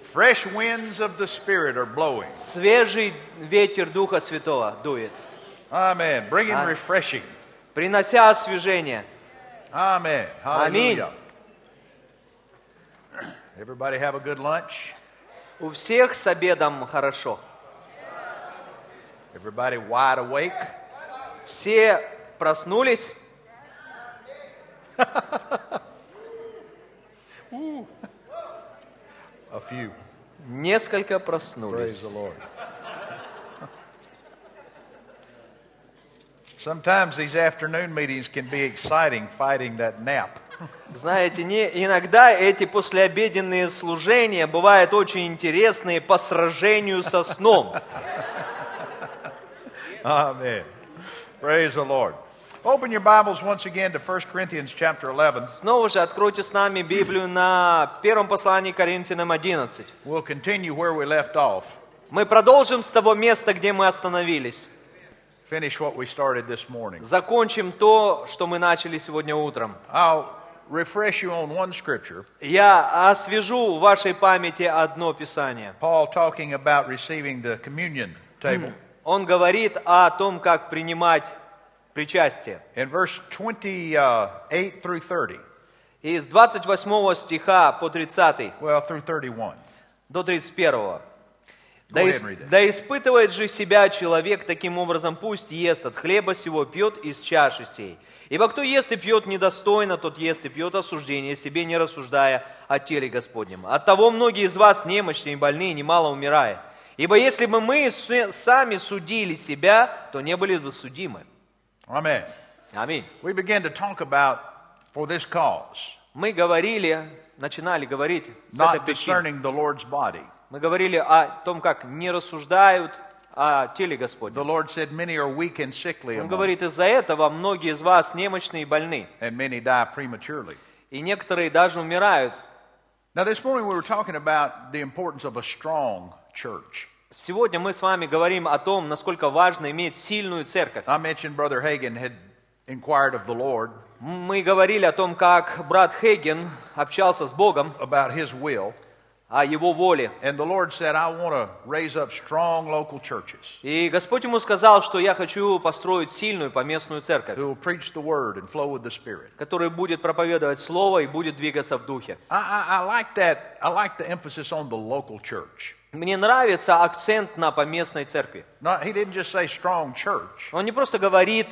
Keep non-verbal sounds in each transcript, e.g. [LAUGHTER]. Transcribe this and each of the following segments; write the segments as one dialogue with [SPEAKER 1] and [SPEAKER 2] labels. [SPEAKER 1] Fresh winds of the Spirit are blowing.
[SPEAKER 2] Свежий ветер Духа Святого дует,
[SPEAKER 1] Amen. Bringing
[SPEAKER 2] Amen.
[SPEAKER 1] refreshing.
[SPEAKER 2] принося освежение.
[SPEAKER 1] Amen.
[SPEAKER 2] Amen.
[SPEAKER 1] Hallelujah. [CLEARS THROAT] Everybody have a good lunch.
[SPEAKER 2] У всех с обедом хорошо.
[SPEAKER 1] Everybody wide awake.
[SPEAKER 2] Все проснулись.
[SPEAKER 1] A few.
[SPEAKER 2] Несколько
[SPEAKER 1] Praise
[SPEAKER 2] проснулись.
[SPEAKER 1] the Lord. [LAUGHS] Sometimes these afternoon meetings can be exciting fighting that nap.
[SPEAKER 2] Знаете, не, иногда эти послеобеденные служения бывают очень интересные по сражению со сном.
[SPEAKER 1] Amen. Praise the Lord. Open your Bibles once again to 1 Corinthians chapter 11.
[SPEAKER 2] Снова же откройте с нами Библию на первом послании к Коринфянам 11.
[SPEAKER 1] We'll continue where we left off,
[SPEAKER 2] Мы продолжим с того места, где мы остановились.
[SPEAKER 1] finish what we started this morning.
[SPEAKER 2] Закончим то, что мы начали сегодня утром.
[SPEAKER 1] I'll refresh you on one scripture.
[SPEAKER 2] Я освежу в вашей памяти одно писание.
[SPEAKER 1] Paul talking about receiving the communion table.
[SPEAKER 2] Он говорит о том, как принимать причастие.
[SPEAKER 1] In verse 28 through 30,
[SPEAKER 2] И с 28 стиха по 30
[SPEAKER 1] well, through 31.
[SPEAKER 2] до 31. Да,
[SPEAKER 1] ahead,
[SPEAKER 2] ис-
[SPEAKER 1] read that.
[SPEAKER 2] да испытывает же себя человек таким образом, пусть ест от хлеба сего, пьет из чаши сей. Ибо кто ест и пьет недостойно, тот ест и пьет осуждение, себе не рассуждая о теле Господнем. Оттого многие из вас немощные и больные немало умирают. Ибо если бы мы су- сами судили себя, то не были бы судимы.
[SPEAKER 1] Amen.
[SPEAKER 2] Аминь.
[SPEAKER 1] We begin to talk about for this cause,
[SPEAKER 2] Мы говорили, начинали говорить с этой
[SPEAKER 1] not
[SPEAKER 2] причины.
[SPEAKER 1] discerning the Lord's body.
[SPEAKER 2] Мы говорили о том, как не рассуждают о теле
[SPEAKER 1] The
[SPEAKER 2] Господнем.
[SPEAKER 1] Lord said, Many are weak and sickly,
[SPEAKER 2] Он
[SPEAKER 1] among
[SPEAKER 2] говорит, из-за этого многие из вас немощные и больны,
[SPEAKER 1] you, and many die prematurely.
[SPEAKER 2] и некоторые даже умирают.
[SPEAKER 1] Now, this morning we were talking about the importance of a strong church.
[SPEAKER 2] Сегодня мы с вами говорим о том, насколько важно иметь сильную церковь.
[SPEAKER 1] I mentioned Brother Hagan had inquired of the Lord
[SPEAKER 2] Мы говорили о том, как брат Хейген общался с Богом,
[SPEAKER 1] about his will,
[SPEAKER 2] о его воле.
[SPEAKER 1] and the Lord said, I want to raise up strong local churches
[SPEAKER 2] И Господь ему сказал, что я хочу построить сильную поместную церковь,
[SPEAKER 1] who will preach the word and flow with the Spirit.
[SPEAKER 2] которая будет проповедовать Слово и будет двигаться в Духе.
[SPEAKER 1] I, I, I like that. I like the emphasis on the local church.
[SPEAKER 2] Мне нравится акцент на поместной церкви.
[SPEAKER 1] Not, he didn't just say strong church,
[SPEAKER 2] Он не просто говорит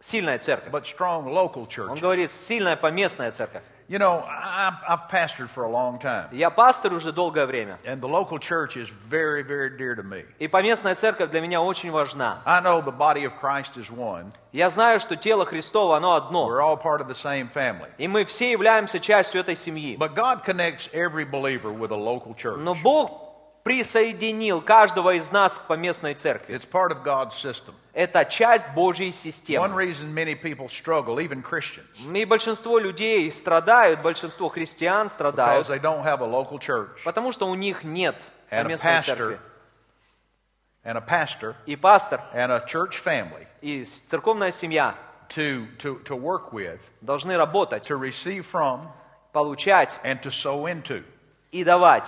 [SPEAKER 2] сильная церковь,
[SPEAKER 1] but strong local
[SPEAKER 2] он
[SPEAKER 1] church.
[SPEAKER 2] говорит сильная поместная церковь.
[SPEAKER 1] You know, I, I've- I've pastored for a long time,
[SPEAKER 2] Я пастор уже долгое время,
[SPEAKER 1] and the local church is very, very dear to me.
[SPEAKER 2] и поместная церковь для меня очень важна.
[SPEAKER 1] I know the body of Christ is one.
[SPEAKER 2] Я знаю, что тело Христово, оно одно,
[SPEAKER 1] We're all part of the same family.
[SPEAKER 2] и мы все являемся частью этой семьи.
[SPEAKER 1] But God connects every believer with a local church.
[SPEAKER 2] Но Бог присоединил каждого из нас к поместной церкви.
[SPEAKER 1] It's part of God's system.
[SPEAKER 2] Это часть Божьей
[SPEAKER 1] One
[SPEAKER 2] системы.
[SPEAKER 1] reason many people struggle, even Christians,
[SPEAKER 2] И большинство людей страдают, большинство христиан
[SPEAKER 1] because
[SPEAKER 2] страдают,
[SPEAKER 1] they don't have a local church
[SPEAKER 2] потому что у них нет
[SPEAKER 1] and a
[SPEAKER 2] поместной церкви.
[SPEAKER 1] pastor and a pastor
[SPEAKER 2] И пастор,
[SPEAKER 1] and a church family
[SPEAKER 2] и церковная семья
[SPEAKER 1] to, to, to work with,
[SPEAKER 2] должны работать,
[SPEAKER 1] to receive from,
[SPEAKER 2] получать
[SPEAKER 1] and to sow into.
[SPEAKER 2] и давать.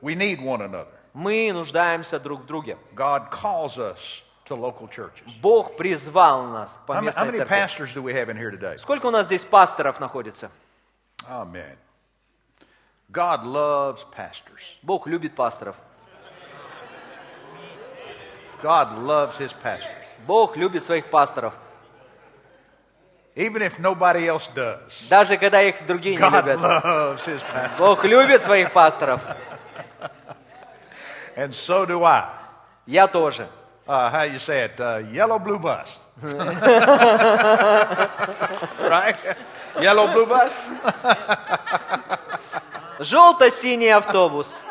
[SPEAKER 1] We need one another.
[SPEAKER 2] Мы нуждаемся друг в друге.
[SPEAKER 1] God calls us to local churches.
[SPEAKER 2] Бог призвал нас к
[SPEAKER 1] How many, how
[SPEAKER 2] поместной
[SPEAKER 1] many
[SPEAKER 2] церкви.
[SPEAKER 1] pastors do we have in here today?
[SPEAKER 2] Сколько у нас здесь пасторов находится?
[SPEAKER 1] Amen. God loves pastors.
[SPEAKER 2] Бог любит пасторов.
[SPEAKER 1] God loves his pastors,
[SPEAKER 2] Бог любит своих пасторов.
[SPEAKER 1] even if nobody else does.
[SPEAKER 2] Даже когда их другие не
[SPEAKER 1] God
[SPEAKER 2] любят.
[SPEAKER 1] loves his pastors,
[SPEAKER 2] Бог любит своих пасторов.
[SPEAKER 1] and so do I.
[SPEAKER 2] Я тоже.
[SPEAKER 1] Uh, how you say it? Uh, yellow blue bus, right? Yellow blue bus.
[SPEAKER 2] Желто-синий автобус.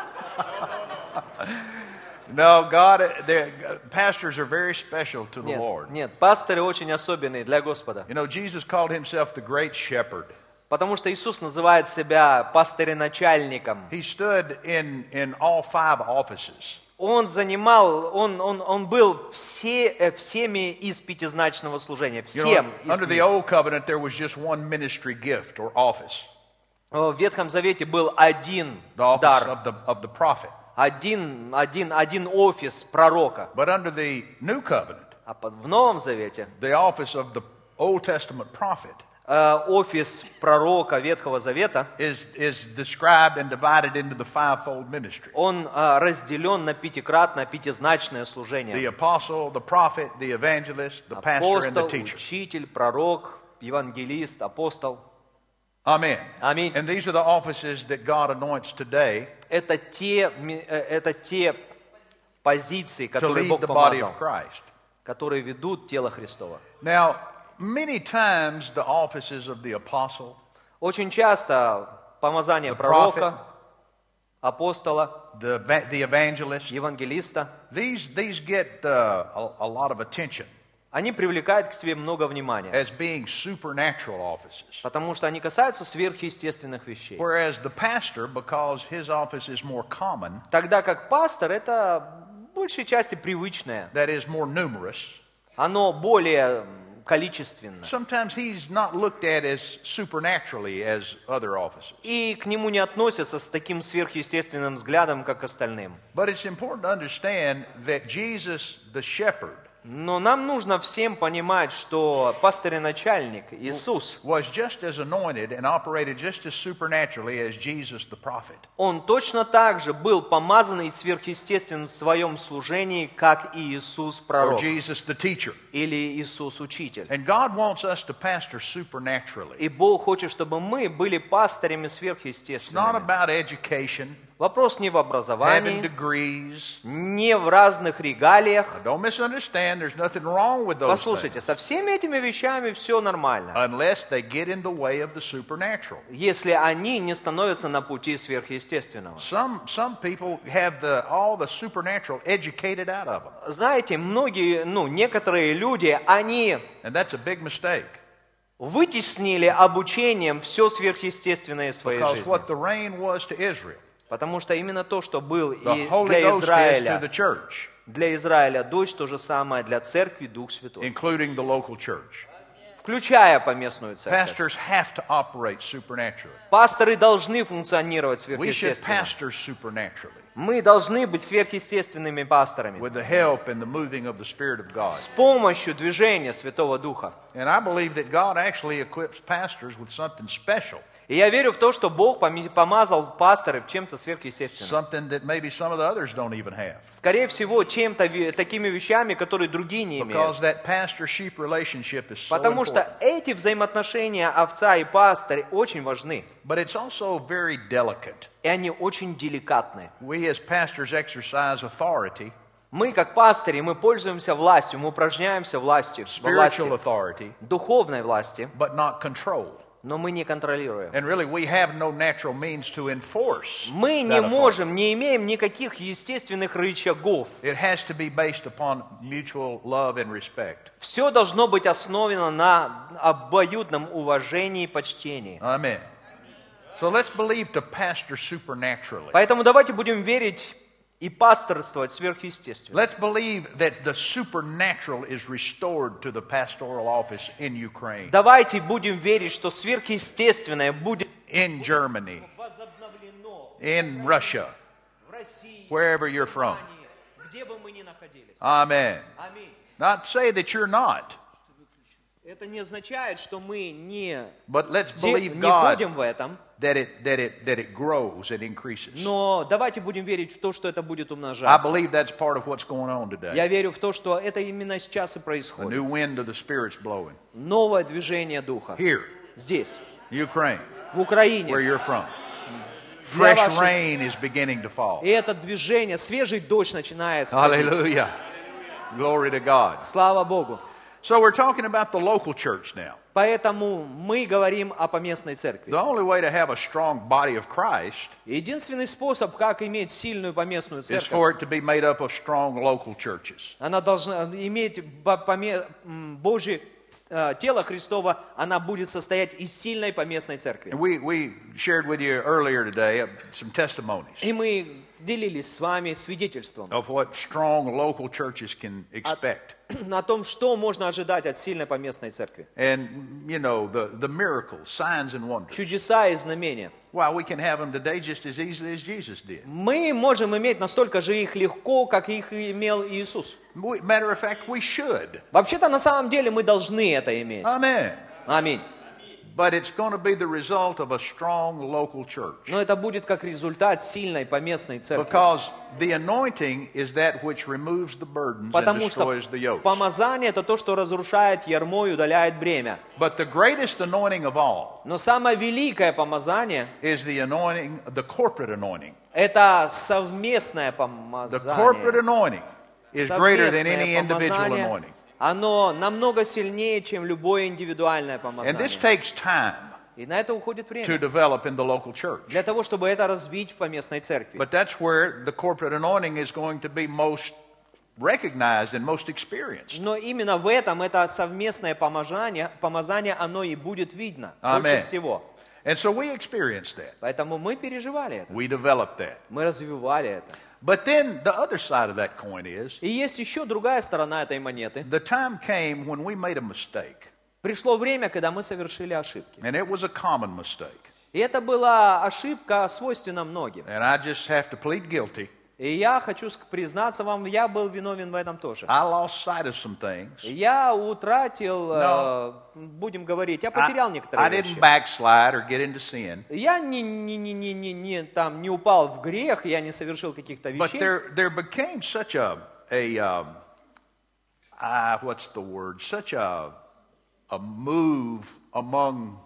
[SPEAKER 1] No, God. uh, they're- uh, Pastors are very special to the
[SPEAKER 2] Нет,
[SPEAKER 1] Lord.
[SPEAKER 2] нет, пасторы очень особенные для Господа.
[SPEAKER 1] You know, Jesus called himself the Great Shepherd.
[SPEAKER 2] Потому что Иисус называет себя пастыреначальником.
[SPEAKER 1] He stood in in all five offices.
[SPEAKER 2] Он занимал, он, он, он был все, э, всеми из пятизначного служения.
[SPEAKER 1] You know,
[SPEAKER 2] Всем из
[SPEAKER 1] under the
[SPEAKER 2] них.
[SPEAKER 1] old covenant, there was just one ministry gift or office.
[SPEAKER 2] э, в Ветхом Завете был один
[SPEAKER 1] the office
[SPEAKER 2] дар,
[SPEAKER 1] of the, of the prophet.
[SPEAKER 2] один, один, один офис пророка.
[SPEAKER 1] But under the new covenant,
[SPEAKER 2] А под- в Новом Завете
[SPEAKER 1] the office of the Old Testament prophet
[SPEAKER 2] э, офис пророка Ветхого Завета,
[SPEAKER 1] is, is described and divided into the fivefold ministry
[SPEAKER 2] он э, разделен на пятикратное, пятизначное
[SPEAKER 1] the
[SPEAKER 2] служение.
[SPEAKER 1] apostle, the prophet, the evangelist, the pastor, and the
[SPEAKER 2] Апостол,
[SPEAKER 1] teacher.
[SPEAKER 2] учитель, пророк, евангелист, апостол.
[SPEAKER 1] Amen.
[SPEAKER 2] Amen.
[SPEAKER 1] And these are the offices that God anoints today
[SPEAKER 2] Это те, ми- э, это те позиции,
[SPEAKER 1] to
[SPEAKER 2] которые
[SPEAKER 1] lead
[SPEAKER 2] Бог
[SPEAKER 1] the body of
[SPEAKER 2] помазал,
[SPEAKER 1] Christ.
[SPEAKER 2] которые ведут тело Христова.
[SPEAKER 1] Now, many times the offices of the apostle,
[SPEAKER 2] Очень часто помазание
[SPEAKER 1] The
[SPEAKER 2] пророка, апостола,
[SPEAKER 1] the, va- the evangelist,
[SPEAKER 2] евангелиста,
[SPEAKER 1] these, these get uh, a, a lot of attention
[SPEAKER 2] они привлекают к себе много внимания,
[SPEAKER 1] as being supernatural offices.
[SPEAKER 2] потому что они касаются сверхъестественных вещей.
[SPEAKER 1] Whereas the pastor, because his office is more common,
[SPEAKER 2] Тогда как пастор это в большей части привычное,
[SPEAKER 1] that is more numerous,
[SPEAKER 2] оно более м, количественно.
[SPEAKER 1] sometimes he's not looked at as supernaturally as other offices.
[SPEAKER 2] И к нему не относятся с таким сверхъестественным взглядом, как к остальным.
[SPEAKER 1] But it's important to understand that Jesus, the shepherd,
[SPEAKER 2] Но нам нужно всем понимать, что пастырь и начальник Иисус,
[SPEAKER 1] was just as anointed and operated just as supernaturally as Jesus, the prophet.
[SPEAKER 2] он точно так же был помазан и сверхъестествен в своем служении, как и Иисус
[SPEAKER 1] or
[SPEAKER 2] пророк
[SPEAKER 1] Jesus the teacher.
[SPEAKER 2] или Иисус учитель.
[SPEAKER 1] And God wants us to pastor supernaturally.
[SPEAKER 2] И Бог хочет, чтобы мы были пастырями
[SPEAKER 1] It's not
[SPEAKER 2] сверхъестественными.
[SPEAKER 1] about education,
[SPEAKER 2] Вопрос не в
[SPEAKER 1] having
[SPEAKER 2] образовании,
[SPEAKER 1] degrees.
[SPEAKER 2] не в разных регалиях.
[SPEAKER 1] Don't misunderstand, there's nothing wrong with those things
[SPEAKER 2] Послушайте, со всеми этими вещами все нормально,
[SPEAKER 1] unless they get in the way of the supernatural.
[SPEAKER 2] если они не становятся на пути сверхъестественного.
[SPEAKER 1] Some, some people have the, all the supernatural educated out of them,
[SPEAKER 2] Знаете, многие, ну, некоторые люди, они
[SPEAKER 1] and that's a big mistake.
[SPEAKER 2] вытеснили обучением все сверхъестественное из своей
[SPEAKER 1] Because
[SPEAKER 2] жизни.
[SPEAKER 1] what the rain was to Israel,
[SPEAKER 2] Потому что именно то, что был
[SPEAKER 1] the
[SPEAKER 2] и
[SPEAKER 1] Holy
[SPEAKER 2] для
[SPEAKER 1] Ghost is to the
[SPEAKER 2] Израиля,
[SPEAKER 1] church,
[SPEAKER 2] для Израиля дочь, то же самое для церкви Дух Святой,
[SPEAKER 1] including the local church.
[SPEAKER 2] включая поместную церковь.
[SPEAKER 1] Pastors have to operate supernaturally.
[SPEAKER 2] Пасторы должны функционировать
[SPEAKER 1] We should
[SPEAKER 2] сверхъестественно.
[SPEAKER 1] pastor supernaturally
[SPEAKER 2] Мы должны быть сверхъестественными пасторами
[SPEAKER 1] with the help and the moving of the Spirit of God.
[SPEAKER 2] с помощью движения Святого Духа.
[SPEAKER 1] And I believe that God actually equips pastors with something special,
[SPEAKER 2] И я верю в то, что Бог поми- помазал пасторов чем-то сверхъестественным.
[SPEAKER 1] something that maybe some of the others don't even have.
[SPEAKER 2] Скорее всего, чем-то ви- такими вещами, которые другие не имеют.
[SPEAKER 1] Because that pastor sheep relationship is so
[SPEAKER 2] Потому
[SPEAKER 1] important.
[SPEAKER 2] что эти взаимоотношения овца и пастырь очень важны.
[SPEAKER 1] But it's also very delicate.
[SPEAKER 2] И они очень деликатны.
[SPEAKER 1] We as pastors exercise authority,
[SPEAKER 2] Мы, как пастыри, мы пользуемся властью, мы упражняемся властью, во
[SPEAKER 1] spiritual
[SPEAKER 2] власти,
[SPEAKER 1] authority,
[SPEAKER 2] духовной власти,
[SPEAKER 1] but not control.
[SPEAKER 2] но мы не контролируем.
[SPEAKER 1] And really, we have no natural means to enforce.
[SPEAKER 2] Мы
[SPEAKER 1] that
[SPEAKER 2] не
[SPEAKER 1] authority.
[SPEAKER 2] можем, не имеем никаких естественных рычагов.
[SPEAKER 1] It has to be based upon mutual love and respect.
[SPEAKER 2] Все должно быть основано на обоюдном уважении и почтении.
[SPEAKER 1] Amen. So let's believe to pastor supernaturally.
[SPEAKER 2] Поэтому давайте будем верить и пасторствовать сверхъестественно.
[SPEAKER 1] Let's believe that the supernatural is restored to the pastoral office in Ukraine,
[SPEAKER 2] Давайте будем верить, что сверхъестественное будет
[SPEAKER 1] in Germany,
[SPEAKER 2] возобновлено
[SPEAKER 1] in Russia,
[SPEAKER 2] в России,
[SPEAKER 1] wherever you're from.
[SPEAKER 2] где бы мы ни находились.
[SPEAKER 1] Amen.
[SPEAKER 2] Аминь.
[SPEAKER 1] Not say that you're not,
[SPEAKER 2] Это не означает, что мы не,
[SPEAKER 1] but let's
[SPEAKER 2] де-
[SPEAKER 1] believe
[SPEAKER 2] не
[SPEAKER 1] God
[SPEAKER 2] ходим в этом,
[SPEAKER 1] that it, that it, that it grows and increases.
[SPEAKER 2] но давайте будем верить в то, что это будет
[SPEAKER 1] I
[SPEAKER 2] умножаться.
[SPEAKER 1] believe that's part of what's going on today.
[SPEAKER 2] Я верю в то, что это именно сейчас и
[SPEAKER 1] A
[SPEAKER 2] происходит.
[SPEAKER 1] new wind of the Spirit's blowing
[SPEAKER 2] Новое движение Духа.
[SPEAKER 1] here,
[SPEAKER 2] Здесь,
[SPEAKER 1] Ukraine,
[SPEAKER 2] в
[SPEAKER 1] where
[SPEAKER 2] Украине.
[SPEAKER 1] you're from.
[SPEAKER 2] Для
[SPEAKER 1] Fresh
[SPEAKER 2] вашей-
[SPEAKER 1] rain is beginning to fall.
[SPEAKER 2] И это движение, свежий дождь начинается.
[SPEAKER 1] Hallelujah. Glory to God.
[SPEAKER 2] Слава Богу.
[SPEAKER 1] So we're talking about the local church now.
[SPEAKER 2] Поэтому мы говорим о поместной церкви.
[SPEAKER 1] The only way to have a strong body of Christ
[SPEAKER 2] Единственный способ, как иметь сильную поместную
[SPEAKER 1] is
[SPEAKER 2] церковь,
[SPEAKER 1] for it to be made up of strong local churches.
[SPEAKER 2] она должна иметь бо- поме- м, а, Божье э, тело Христово, она будет состоять из сильной поместной церкви.
[SPEAKER 1] And we, we, shared with you earlier today uh, some testimonies
[SPEAKER 2] И мы делились с вами свидетельством
[SPEAKER 1] of what strong local churches can expect.
[SPEAKER 2] о том, что можно ожидать от сильной поместной церкви.
[SPEAKER 1] And, you know, the, the miracles, signs, and wonders.
[SPEAKER 2] Чудеса и знамения.
[SPEAKER 1] Wow, we can have them today just as easily as Jesus did.
[SPEAKER 2] Мы можем иметь настолько же их легко, как их и имел Иисус.
[SPEAKER 1] We, matter of fact, we should.
[SPEAKER 2] Вообще-то, на самом деле, мы должны это иметь.
[SPEAKER 1] Amen.
[SPEAKER 2] Аминь.
[SPEAKER 1] But it's going to be the result of a strong local church.
[SPEAKER 2] Но это будет как результат сильной поместной церкви.
[SPEAKER 1] Because the anointing is that which removes the burdens and
[SPEAKER 2] Потому что
[SPEAKER 1] destroys the yokes.
[SPEAKER 2] помазание – это то, что разрушает ярмо и удаляет бремя.
[SPEAKER 1] But the greatest anointing of all
[SPEAKER 2] Но самое великое помазание
[SPEAKER 1] is the anointing, the corporate anointing.
[SPEAKER 2] – это совместное
[SPEAKER 1] The corporate
[SPEAKER 2] помазание.
[SPEAKER 1] anointing is greater
[SPEAKER 2] eh,
[SPEAKER 1] than any
[SPEAKER 2] Совместное
[SPEAKER 1] individual
[SPEAKER 2] помазание,
[SPEAKER 1] anointing.
[SPEAKER 2] Оно намного сильнее, чем любое индивидуальное
[SPEAKER 1] And this
[SPEAKER 2] помазание.
[SPEAKER 1] takes time
[SPEAKER 2] И на это уходит
[SPEAKER 1] to
[SPEAKER 2] время.
[SPEAKER 1] develop in the local church.
[SPEAKER 2] Для того, чтобы это развить в поместной церкви.
[SPEAKER 1] But that's where the corporate anointing is going to be most recognized and most experienced.
[SPEAKER 2] Но именно в этом это совместное помазание, помазание, оно и будет видно
[SPEAKER 1] Амен.
[SPEAKER 2] больше всего.
[SPEAKER 1] And so we experienced that.
[SPEAKER 2] Поэтому мы переживали это,
[SPEAKER 1] We developed that.
[SPEAKER 2] мы развивали это.
[SPEAKER 1] But then the other side of that coin is
[SPEAKER 2] И есть еще другая сторона этой монеты.
[SPEAKER 1] the time came when we made a mistake,
[SPEAKER 2] Пришло время, когда мы совершили ошибки.
[SPEAKER 1] and it was a common mistake.
[SPEAKER 2] И это была ошибка, свойственна многим.
[SPEAKER 1] And I just have to plead guilty.
[SPEAKER 2] И я хочу ск- признаться вам, я был виновен в этом тоже.
[SPEAKER 1] I lost sight of some things.
[SPEAKER 2] Я утратил, э,
[SPEAKER 1] No.
[SPEAKER 2] будем говорить, я
[SPEAKER 1] А?
[SPEAKER 2] потерял
[SPEAKER 1] I,
[SPEAKER 2] некоторые
[SPEAKER 1] I
[SPEAKER 2] вещи.
[SPEAKER 1] didn't backslide or get into sin,
[SPEAKER 2] Я не, не, не, не, не, не, там, не упал в грех, я не совершил каких-то
[SPEAKER 1] but
[SPEAKER 2] вещей.
[SPEAKER 1] there there became such a a um, ah, what's the word? Such a a move among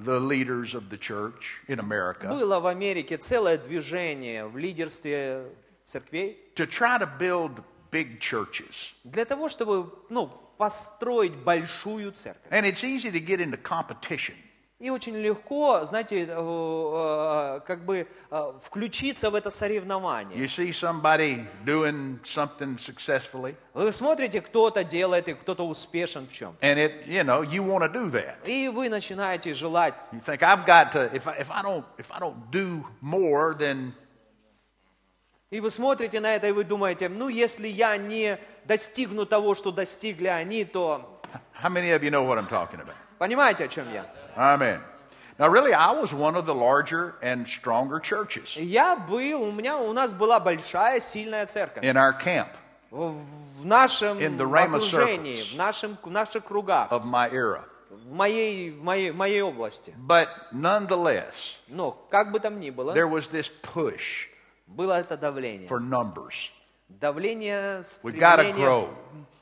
[SPEAKER 1] the leaders of the church in America
[SPEAKER 2] Было в Америке целое движение в лидерстве церквей
[SPEAKER 1] to try to build big churches.
[SPEAKER 2] для того, чтобы ну, построить большую церковь.
[SPEAKER 1] And it's easy to get into competition.
[SPEAKER 2] И очень легко, знаете, э, э, как бы э, включиться в это соревнование.
[SPEAKER 1] You see somebody doing something successfully,
[SPEAKER 2] Вы смотрите, кто-то делает и кто-то успешен в чем.
[SPEAKER 1] and it you know you want to do that.
[SPEAKER 2] И вы начинаете желать.
[SPEAKER 1] You think I've got to if I, if I don't if I don't do more then
[SPEAKER 2] И вы смотрите на это, и вы думаете, ну, если я не достигну того, что достигли они, то...
[SPEAKER 1] how many of you know what I'm talking about?
[SPEAKER 2] Понимаете, о чем я?
[SPEAKER 1] Amen. Now really I was one of the larger and stronger churches
[SPEAKER 2] Я был, у меня, у нас была большая, сильная церковь.
[SPEAKER 1] in our camp
[SPEAKER 2] в нашем
[SPEAKER 1] In the realm of
[SPEAKER 2] окружении,
[SPEAKER 1] circles.
[SPEAKER 2] в, нашем, в наших кругах,
[SPEAKER 1] of my era.
[SPEAKER 2] в моей, в, моей, в моей области.
[SPEAKER 1] But nonetheless,
[SPEAKER 2] Но как бы там ни было,
[SPEAKER 1] there was this push
[SPEAKER 2] было это давление.
[SPEAKER 1] for numbers.
[SPEAKER 2] Давление,
[SPEAKER 1] We gotta
[SPEAKER 2] стремление.
[SPEAKER 1] grow.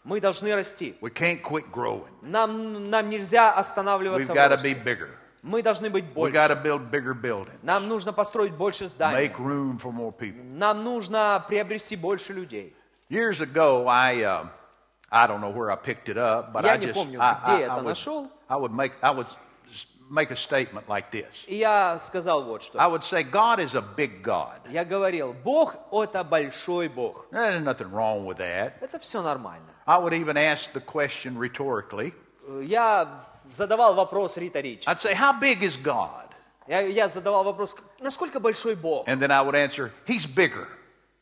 [SPEAKER 2] Мы должны расти.
[SPEAKER 1] We can't quit growing.
[SPEAKER 2] Нам, нам нельзя
[SPEAKER 1] We've
[SPEAKER 2] останавливаться в
[SPEAKER 1] got to
[SPEAKER 2] росте.
[SPEAKER 1] be bigger.
[SPEAKER 2] Мы должны быть
[SPEAKER 1] We've
[SPEAKER 2] больше.
[SPEAKER 1] got to build bigger buildings.
[SPEAKER 2] Нам нужно построить больше зданий.
[SPEAKER 1] Make room for more people.
[SPEAKER 2] Нам нужно приобрести больше людей.
[SPEAKER 1] Years ago, I um, I don't know where I picked it up, but
[SPEAKER 2] Я
[SPEAKER 1] I
[SPEAKER 2] не
[SPEAKER 1] just
[SPEAKER 2] помню,
[SPEAKER 1] I,
[SPEAKER 2] где
[SPEAKER 1] I- I
[SPEAKER 2] это
[SPEAKER 1] would,
[SPEAKER 2] нашел.
[SPEAKER 1] I would make I would s- make a statement like this.
[SPEAKER 2] И я сказал вот что.
[SPEAKER 1] I would say God is a big God.
[SPEAKER 2] Я говорил, Бог – это большой Бог.
[SPEAKER 1] There's nothing wrong with that.
[SPEAKER 2] Это все нормально.
[SPEAKER 1] I would even ask the question rhetorically.
[SPEAKER 2] Я задавал вопрос риторически.
[SPEAKER 1] I'd say, "How big is God?"
[SPEAKER 2] Я, я задавал вопрос, насколько большой Бог?
[SPEAKER 1] And then I would answer, "He's bigger,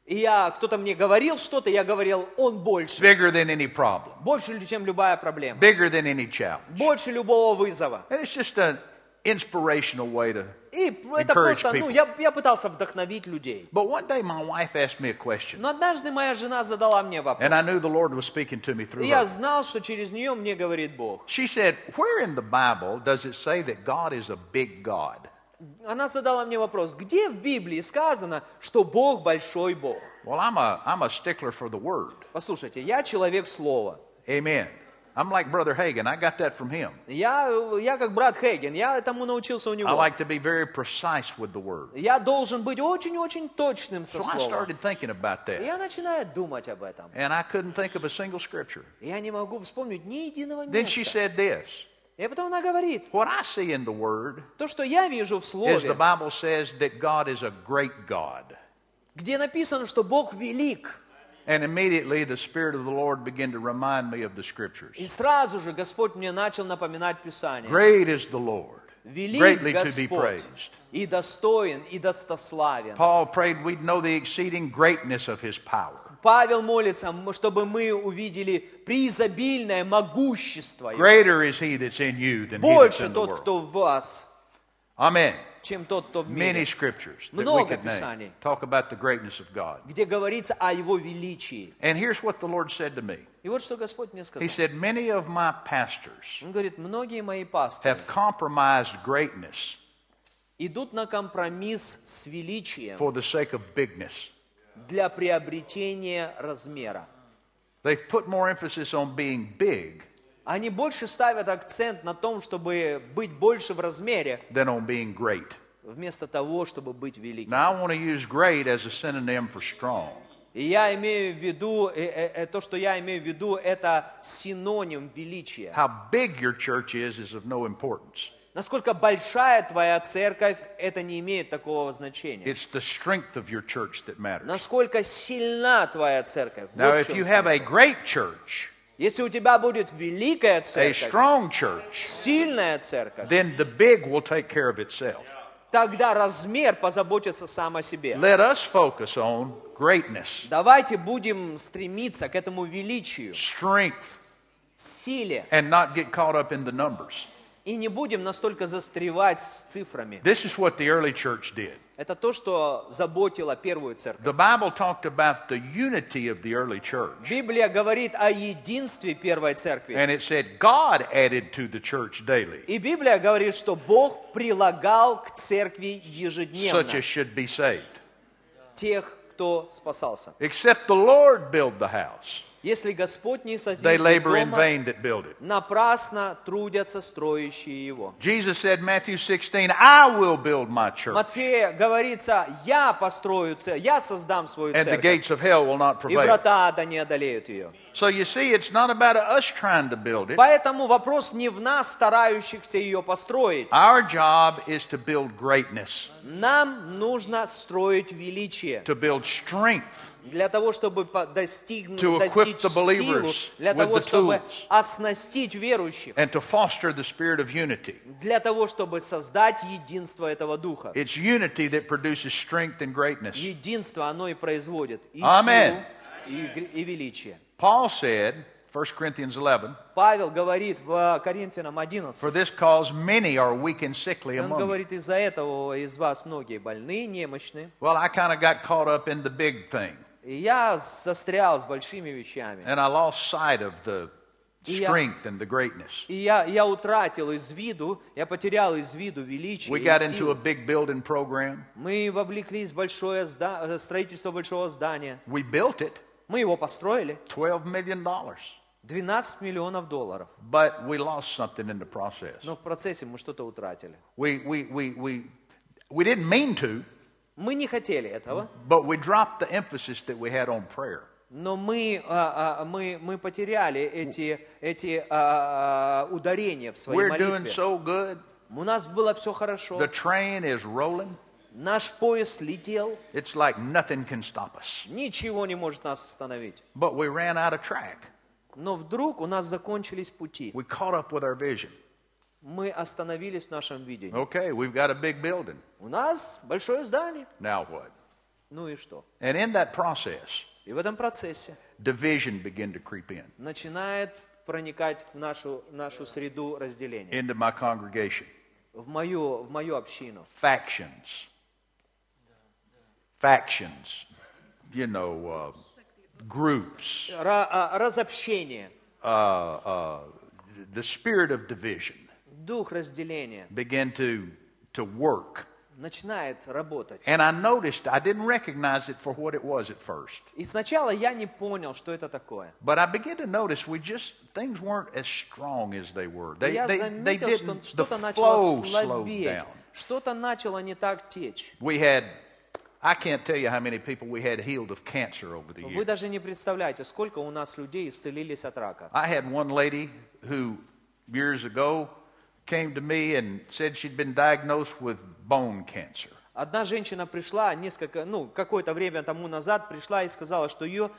[SPEAKER 2] И я, кто-то мне говорил что-то, я говорил, он больше.
[SPEAKER 1] bigger than any problem,
[SPEAKER 2] Больше, чем любая проблема.
[SPEAKER 1] bigger than any challenge."
[SPEAKER 2] Больше любого вызова.
[SPEAKER 1] And it's just an inspirational way to.
[SPEAKER 2] И это просто, ну,
[SPEAKER 1] people.
[SPEAKER 2] я, я пытался вдохновить людей.
[SPEAKER 1] But one day, my wife asked me a question,
[SPEAKER 2] Но однажды моя жена задала мне вопрос.
[SPEAKER 1] and I knew the Lord was speaking to me
[SPEAKER 2] И
[SPEAKER 1] through
[SPEAKER 2] я
[SPEAKER 1] her.
[SPEAKER 2] знал, что через нее мне говорит Бог.
[SPEAKER 1] She said, Where in the Bible does it say that God is a big God?
[SPEAKER 2] Она задала мне вопрос, где в Библии сказано, что Бог большой Бог?
[SPEAKER 1] Well, I'm a, I'm a stickler for the word.
[SPEAKER 2] Послушайте, я человек слова.
[SPEAKER 1] Amen. I'm like Brother Hagan. I got that from him.
[SPEAKER 2] Я, э, я как брат Хейген, я этому научился у него.
[SPEAKER 1] I like to be very precise with the word.
[SPEAKER 2] Я должен быть очень-очень точным со
[SPEAKER 1] So I
[SPEAKER 2] словом.
[SPEAKER 1] started thinking about
[SPEAKER 2] И
[SPEAKER 1] that.
[SPEAKER 2] я начинаю думать об этом.
[SPEAKER 1] And I couldn't think of a single scripture.
[SPEAKER 2] И Я не могу вспомнить ни единого
[SPEAKER 1] Then she
[SPEAKER 2] места.
[SPEAKER 1] said this
[SPEAKER 2] И потом она говорит,
[SPEAKER 1] What I see in the word
[SPEAKER 2] то, что я вижу в
[SPEAKER 1] is the
[SPEAKER 2] Слове,
[SPEAKER 1] Bible says that God is a great God.
[SPEAKER 2] где написано, что Бог велик.
[SPEAKER 1] And immediately the Spirit of the Lord began to remind me of the
[SPEAKER 2] И
[SPEAKER 1] scriptures.
[SPEAKER 2] сразу же Господь мне начал напоминать Писание.
[SPEAKER 1] Great is the Lord
[SPEAKER 2] Велик
[SPEAKER 1] greatly to be
[SPEAKER 2] Господь
[SPEAKER 1] praised.
[SPEAKER 2] и достоин, и достославен.
[SPEAKER 1] Paul prayed we'd know the exceeding greatness of his power.
[SPEAKER 2] Павел молится, м- чтобы мы увидели преизобильное могущество. Его.
[SPEAKER 1] Greater is he that's in you than he that's
[SPEAKER 2] Больше
[SPEAKER 1] in the
[SPEAKER 2] тот,
[SPEAKER 1] world.
[SPEAKER 2] кто в вас,
[SPEAKER 1] Amen.
[SPEAKER 2] чем тот, кто в
[SPEAKER 1] Many
[SPEAKER 2] мире.
[SPEAKER 1] scriptures that we
[SPEAKER 2] Много
[SPEAKER 1] could name
[SPEAKER 2] Писаний.
[SPEAKER 1] talk about the greatness of God.
[SPEAKER 2] Где говорится о его величии.
[SPEAKER 1] And here's what the Lord said to me
[SPEAKER 2] И вот что Господь мне сказал.
[SPEAKER 1] He said, Many of my pastors
[SPEAKER 2] Он говорит, многие мои пасторы
[SPEAKER 1] have compromised greatness
[SPEAKER 2] идут на компромисс с величием
[SPEAKER 1] for the sake of bigness.
[SPEAKER 2] для приобретения размера.
[SPEAKER 1] They've put more emphasis on being big
[SPEAKER 2] Они больше ставят акцент на том, чтобы быть больше в размере,
[SPEAKER 1] than on being great.
[SPEAKER 2] вместо того, чтобы быть великим.
[SPEAKER 1] Now, I want to use great as a synonym for strong.
[SPEAKER 2] И я имею в виду, э, э, э, то, что я имею в виду, это синоним величия.
[SPEAKER 1] How big your church is is of no importance.
[SPEAKER 2] Насколько большая твоя церковь, это не имеет такого значения.
[SPEAKER 1] It's the strength of your church that matters.
[SPEAKER 2] Насколько сильна твоя церковь. вот
[SPEAKER 1] Now,
[SPEAKER 2] в
[SPEAKER 1] if
[SPEAKER 2] чем
[SPEAKER 1] you have a
[SPEAKER 2] смысл.
[SPEAKER 1] great church,
[SPEAKER 2] Если у тебя будет великая
[SPEAKER 1] a
[SPEAKER 2] церковь,
[SPEAKER 1] strong church,
[SPEAKER 2] сильная церковь,
[SPEAKER 1] then the big will take care of itself.
[SPEAKER 2] тогда размер позаботится сам о себе.
[SPEAKER 1] Let us focus on greatness,
[SPEAKER 2] Давайте будем стремиться к этому величию,
[SPEAKER 1] strength,
[SPEAKER 2] силе,
[SPEAKER 1] and not get caught up in the numbers.
[SPEAKER 2] и не будем настолько застревать с цифрами.
[SPEAKER 1] This is what the early church did.
[SPEAKER 2] Это то, что заботило первую церковь.
[SPEAKER 1] The Bible talked about the unity of the early church,
[SPEAKER 2] Библия говорит о единстве первой церкви.
[SPEAKER 1] and it said God added to the church daily.
[SPEAKER 2] И Библия говорит, что Бог прилагал к церкви
[SPEAKER 1] such
[SPEAKER 2] ежедневно
[SPEAKER 1] as should be saved.
[SPEAKER 2] тех, кто спасался.
[SPEAKER 1] Except the Lord build the house.
[SPEAKER 2] Если Господь не
[SPEAKER 1] They
[SPEAKER 2] созидает
[SPEAKER 1] labor in
[SPEAKER 2] дома,
[SPEAKER 1] vain that build it.
[SPEAKER 2] напрасно трудятся строящие его.
[SPEAKER 1] Jesus said, Matthew 16, I will build my church,
[SPEAKER 2] Матфея говорится, я построю церковь, я создам свою
[SPEAKER 1] and the
[SPEAKER 2] церковь,
[SPEAKER 1] gates of hell will not
[SPEAKER 2] и
[SPEAKER 1] prevail.
[SPEAKER 2] врата ада не одолеют ее.
[SPEAKER 1] So you see, it's not about us trying to build it.
[SPEAKER 2] Поэтому вопрос не в нас, старающихся ее построить.
[SPEAKER 1] Our job is to build greatness,
[SPEAKER 2] Нам нужно строить величие.
[SPEAKER 1] to build strength,
[SPEAKER 2] для того, чтобы по- достигнуть,
[SPEAKER 1] To equip
[SPEAKER 2] достичь
[SPEAKER 1] the
[SPEAKER 2] силу,
[SPEAKER 1] believers
[SPEAKER 2] для
[SPEAKER 1] with
[SPEAKER 2] того,
[SPEAKER 1] the
[SPEAKER 2] чтобы
[SPEAKER 1] tools.
[SPEAKER 2] оснастить верующих,
[SPEAKER 1] and to foster the spirit of unity.
[SPEAKER 2] для того, чтобы создать единство этого духа.
[SPEAKER 1] It's unity that produces strength and greatness.
[SPEAKER 2] Единство оно и производит и
[SPEAKER 1] Amen.
[SPEAKER 2] силу, и, гр- и величие.
[SPEAKER 1] Paul said, 1 Corinthians 11,
[SPEAKER 2] Павел говорит в э, Коринфянам
[SPEAKER 1] For
[SPEAKER 2] 11,
[SPEAKER 1] this cause many are weak and sickly
[SPEAKER 2] он
[SPEAKER 1] among you.
[SPEAKER 2] говорит, из-за этого из вас многие больны, немощны.
[SPEAKER 1] Well, I kind of got caught up in the big thing,
[SPEAKER 2] И я застрял с большими вещами.
[SPEAKER 1] and I lost sight of the
[SPEAKER 2] Yeah.
[SPEAKER 1] strength and the greatness.
[SPEAKER 2] И я, я утратил из виду, я потерял из виду величие
[SPEAKER 1] We
[SPEAKER 2] и
[SPEAKER 1] got into
[SPEAKER 2] силу.
[SPEAKER 1] a big building program.
[SPEAKER 2] Мы вовлеклись в большое зда- э, строительство большого здания.
[SPEAKER 1] We built it,
[SPEAKER 2] Мы его построили.
[SPEAKER 1] $12 million,
[SPEAKER 2] 12 миллионов долларов.
[SPEAKER 1] but we lost something in the process.
[SPEAKER 2] Но в процессе мы что-то утратили.
[SPEAKER 1] We, we, we, we, we didn't mean to,
[SPEAKER 2] Мы не хотели этого,
[SPEAKER 1] but we dropped the emphasis that we had on prayer.
[SPEAKER 2] но мы, а, а, мы, мы потеряли эти, эти а, а, ударения в своей
[SPEAKER 1] We're doing
[SPEAKER 2] молитве.
[SPEAKER 1] so good.
[SPEAKER 2] У нас было все хорошо.
[SPEAKER 1] The train is rolling.
[SPEAKER 2] Наш поезд летел.
[SPEAKER 1] It's like nothing can stop us.
[SPEAKER 2] Ничего не может нас остановить.
[SPEAKER 1] But we ran out of track.
[SPEAKER 2] Но вдруг у нас закончились пути.
[SPEAKER 1] We caught up with our vision.
[SPEAKER 2] Мы остановились в нашем видении.
[SPEAKER 1] Okay, we've got a big building.
[SPEAKER 2] У нас большое здание.
[SPEAKER 1] Now what?
[SPEAKER 2] Ну и что?
[SPEAKER 1] And in that process,
[SPEAKER 2] И в этом процессе
[SPEAKER 1] division began to creep in
[SPEAKER 2] начинает проникать в нашу, нашу среду разделения,
[SPEAKER 1] into my congregation.
[SPEAKER 2] в мою, в мою общину.
[SPEAKER 1] Factions. Factions. You know, uh, groups.
[SPEAKER 2] Ра- а, разобщение,
[SPEAKER 1] Uh, uh, the spirit of division
[SPEAKER 2] дух разделения
[SPEAKER 1] began to, to work.
[SPEAKER 2] начинает работать.
[SPEAKER 1] And I noticed, I didn't recognize it for what it was at first.
[SPEAKER 2] И сначала я не понял, что это такое.
[SPEAKER 1] But I began to notice we just, things weren't as strong as they were.
[SPEAKER 2] Но
[SPEAKER 1] They,
[SPEAKER 2] я
[SPEAKER 1] they, they
[SPEAKER 2] заметил, что
[SPEAKER 1] didn't, the
[SPEAKER 2] что-то
[SPEAKER 1] flow
[SPEAKER 2] начало
[SPEAKER 1] slowed
[SPEAKER 2] слабеть,
[SPEAKER 1] down.
[SPEAKER 2] что-то начало не так течь.
[SPEAKER 1] We had, I can't tell you how many people we had healed of cancer over the
[SPEAKER 2] Вы
[SPEAKER 1] years.
[SPEAKER 2] даже не представляете, сколько у нас людей исцелились от рака.
[SPEAKER 1] I had one lady who years ago came to me and said she'd been diagnosed with bone cancer.
[SPEAKER 2] Одна женщина пришла несколько, ну, какое-то время тому назад пришла и сказала, что ее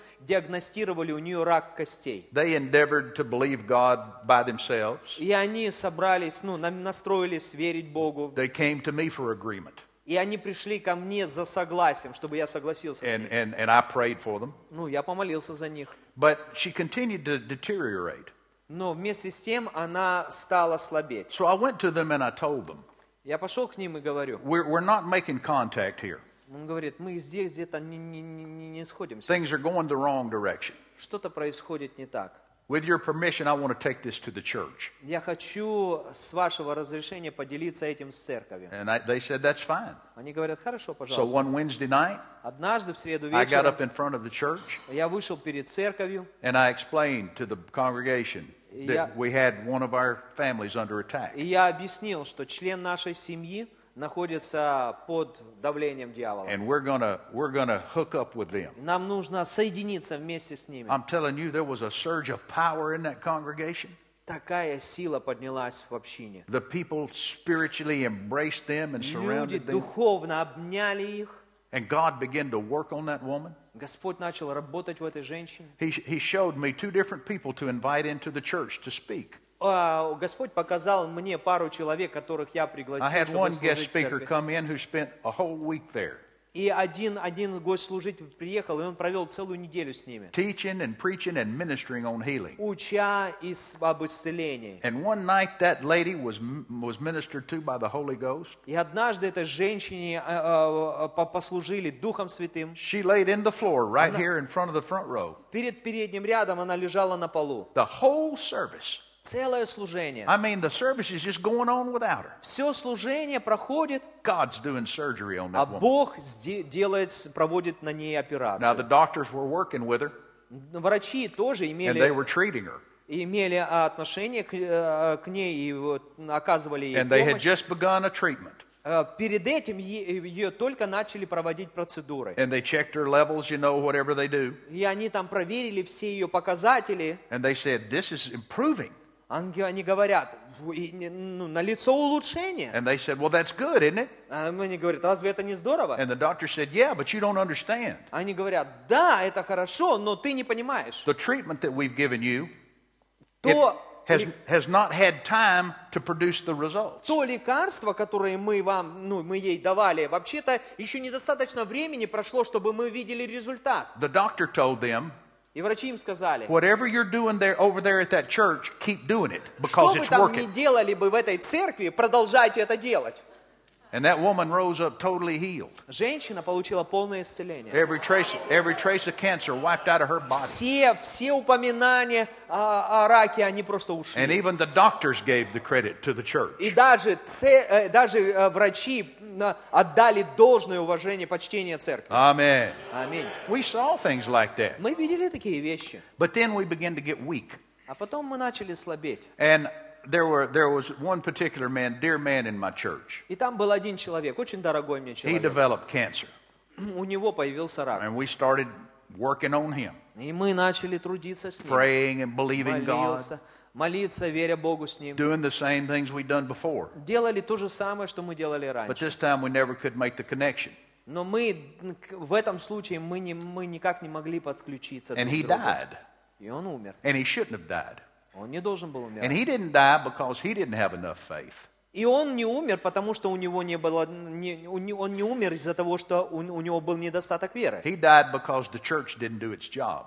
[SPEAKER 2] диагностировали, у нее рак костей.
[SPEAKER 1] They endeavored to believe God by themselves.
[SPEAKER 2] И они собрались, ну, на- настроились верить Богу.
[SPEAKER 1] They came to me for agreement,
[SPEAKER 2] И они пришли ко мне за согласием, чтобы я согласился с
[SPEAKER 1] and,
[SPEAKER 2] ним.
[SPEAKER 1] and, and I prayed for them.
[SPEAKER 2] Ну, я помолился за них.
[SPEAKER 1] But she continued to deteriorate.
[SPEAKER 2] Но вместе с тем она стала слабеть.
[SPEAKER 1] So I went to them and I told them,
[SPEAKER 2] Я пошел к ним и говорю.
[SPEAKER 1] We're, we're not making contact here.
[SPEAKER 2] Он говорит, мы здесь где-то не, не- не- не- не сходимся.
[SPEAKER 1] Things are going the wrong direction.
[SPEAKER 2] Что-то происходит не так.
[SPEAKER 1] With your permission, I want to take this to the church.
[SPEAKER 2] Я хочу с вашего разрешения поделиться этим с церковью.
[SPEAKER 1] And I, they said, That's fine.
[SPEAKER 2] Они говорят, хорошо,
[SPEAKER 1] So
[SPEAKER 2] пожалуйста.
[SPEAKER 1] one Wednesday night,
[SPEAKER 2] Однажды в среду
[SPEAKER 1] I got up
[SPEAKER 2] вечером
[SPEAKER 1] in front of the church
[SPEAKER 2] я вышел перед церковью.
[SPEAKER 1] and I explained to the congregation
[SPEAKER 2] Yeah.
[SPEAKER 1] that we had one of our families under attack.
[SPEAKER 2] И я объяснил, что член нашей семьи находится под давлением дьявола.
[SPEAKER 1] And we're going to we're gonna hook up with them.
[SPEAKER 2] И Нам нужно соединиться вместе с ними.
[SPEAKER 1] I'm telling you, there was a surge of power in that congregation.
[SPEAKER 2] Такая сила поднялась в общине.
[SPEAKER 1] The people spiritually embraced them and
[SPEAKER 2] Люди
[SPEAKER 1] surrounded them.
[SPEAKER 2] духовно обняли их.
[SPEAKER 1] And God began to work on that woman.
[SPEAKER 2] Господь начал работать в этой женщине.
[SPEAKER 1] He, he showed me two different people to invite into the church to speak.
[SPEAKER 2] А, Господь показал мне пару человек, которых я пригласил,
[SPEAKER 1] I had
[SPEAKER 2] чтобы
[SPEAKER 1] one
[SPEAKER 2] служить
[SPEAKER 1] guest
[SPEAKER 2] в
[SPEAKER 1] speaker
[SPEAKER 2] церкви.
[SPEAKER 1] come in who spent a whole week there,
[SPEAKER 2] И один, один гость-служитель приехал, и он провел целую неделю с ними,
[SPEAKER 1] teaching and preaching and ministering on healing.
[SPEAKER 2] уча из, об исцелении.
[SPEAKER 1] And one night, that lady was, was ministered to by the Holy Ghost.
[SPEAKER 2] И однажды этой женщине а, а, по- послужили Духом Святым.
[SPEAKER 1] She laid in the floor right here in front of the front row.
[SPEAKER 2] Перед передним рядом она лежала на полу.
[SPEAKER 1] The whole service.
[SPEAKER 2] Целое служение.
[SPEAKER 1] I mean, the service is just going on without her.
[SPEAKER 2] Все служение проходит,
[SPEAKER 1] God's doing surgery on
[SPEAKER 2] а
[SPEAKER 1] that woman.
[SPEAKER 2] Бог сде- делает, с- проводит на ней
[SPEAKER 1] Now, the
[SPEAKER 2] операцию.
[SPEAKER 1] doctors were working with her,
[SPEAKER 2] Врачи тоже
[SPEAKER 1] and they
[SPEAKER 2] имели
[SPEAKER 1] were treating her.
[SPEAKER 2] имели а, отношение к, э, к ней и вот, оказывали ей
[SPEAKER 1] And they had
[SPEAKER 2] помощь.
[SPEAKER 1] just begun a treatment.
[SPEAKER 2] Э, Перед этим е- ее только начали проводить процедуры.
[SPEAKER 1] And they checked her levels, you know, whatever they do.
[SPEAKER 2] И они там проверили все ее показатели.
[SPEAKER 1] And they said, This is improving.
[SPEAKER 2] Анги- Они говорят, «Фу, и не- ну, на лицо улучшение.
[SPEAKER 1] And they said, Well, that's good, isn't it?
[SPEAKER 2] А Они говорят, разве это не здорово?
[SPEAKER 1] And the doctor said, Yeah, but you don't understand.
[SPEAKER 2] Они говорят, да, это хорошо, но ты не понимаешь.
[SPEAKER 1] The treatment that we've given you it
[SPEAKER 2] То,
[SPEAKER 1] has, has not had time to produce the results.
[SPEAKER 2] то лекарство, которое мы вам, ну, мы ей давали, вообще-то еще недостаточно времени прошло, чтобы мы видели результат.
[SPEAKER 1] The doctor told them,
[SPEAKER 2] И врачи им сказали,
[SPEAKER 1] Whatever you're doing there over there at that church, keep doing it
[SPEAKER 2] Что
[SPEAKER 1] because
[SPEAKER 2] бы
[SPEAKER 1] it's
[SPEAKER 2] там ни
[SPEAKER 1] working.
[SPEAKER 2] делали бы в этой церкви, продолжайте это делать.
[SPEAKER 1] And that woman rose up totally healed.
[SPEAKER 2] Женщина получила полное исцеление.
[SPEAKER 1] Every trace, every trace of cancer wiped out of her body.
[SPEAKER 2] Все, все упоминания о, о раке, они просто
[SPEAKER 1] And
[SPEAKER 2] ушли.
[SPEAKER 1] even the doctors gave the credit to the church.
[SPEAKER 2] И даже, це- э, даже э, врачи на- отдали должное уважение, почтение церкви.
[SPEAKER 1] Amen.
[SPEAKER 2] Аминь.
[SPEAKER 1] We saw things like that.
[SPEAKER 2] Мы видели такие вещи,
[SPEAKER 1] But then we began to get weak.
[SPEAKER 2] а потом мы начали слабеть.
[SPEAKER 1] And there, were, there was one particular man, dear man in my church.
[SPEAKER 2] И там был один человек, очень дорогой мне
[SPEAKER 1] He
[SPEAKER 2] человек.
[SPEAKER 1] developed cancer.
[SPEAKER 2] У него появился рак.
[SPEAKER 1] And we started working on him,
[SPEAKER 2] И мы начали трудиться с ним.
[SPEAKER 1] praying and believing God,
[SPEAKER 2] Молился, молиться, веря Богу с ним.
[SPEAKER 1] doing the same things we'd done before.
[SPEAKER 2] делали то же самое, что мы делали
[SPEAKER 1] But
[SPEAKER 2] раньше.
[SPEAKER 1] this time we never could make the connection.
[SPEAKER 2] Но мы м, к- в этом случае мы, не, мы никак не могли подключиться
[SPEAKER 1] And
[SPEAKER 2] друг
[SPEAKER 1] he
[SPEAKER 2] к другу.
[SPEAKER 1] died.
[SPEAKER 2] И он умер.
[SPEAKER 1] And he shouldn't have died.
[SPEAKER 2] Он не должен был
[SPEAKER 1] And
[SPEAKER 2] умирать.
[SPEAKER 1] he didn't die because he didn't have enough faith.
[SPEAKER 2] И он не умер, потому что у него не было, не- у не- он не умер из-за того, что у, у него был недостаток веры.
[SPEAKER 1] He died because the church didn't do its job.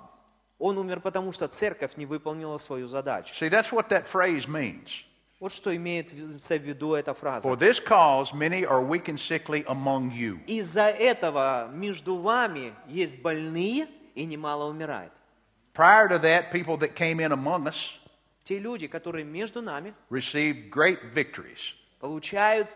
[SPEAKER 2] Он умер, потому что церковь не выполнила свою задачу.
[SPEAKER 1] See, that's what that phrase means.
[SPEAKER 2] Вот что имеет в в виду эта
[SPEAKER 1] For
[SPEAKER 2] фраза.
[SPEAKER 1] this cause, many are weak and sickly among you.
[SPEAKER 2] Из-за этого между вами есть больные и немало умирает.
[SPEAKER 1] Prior to that, people that came in among us
[SPEAKER 2] Те люди, которые между нами,
[SPEAKER 1] received great victories.
[SPEAKER 2] получают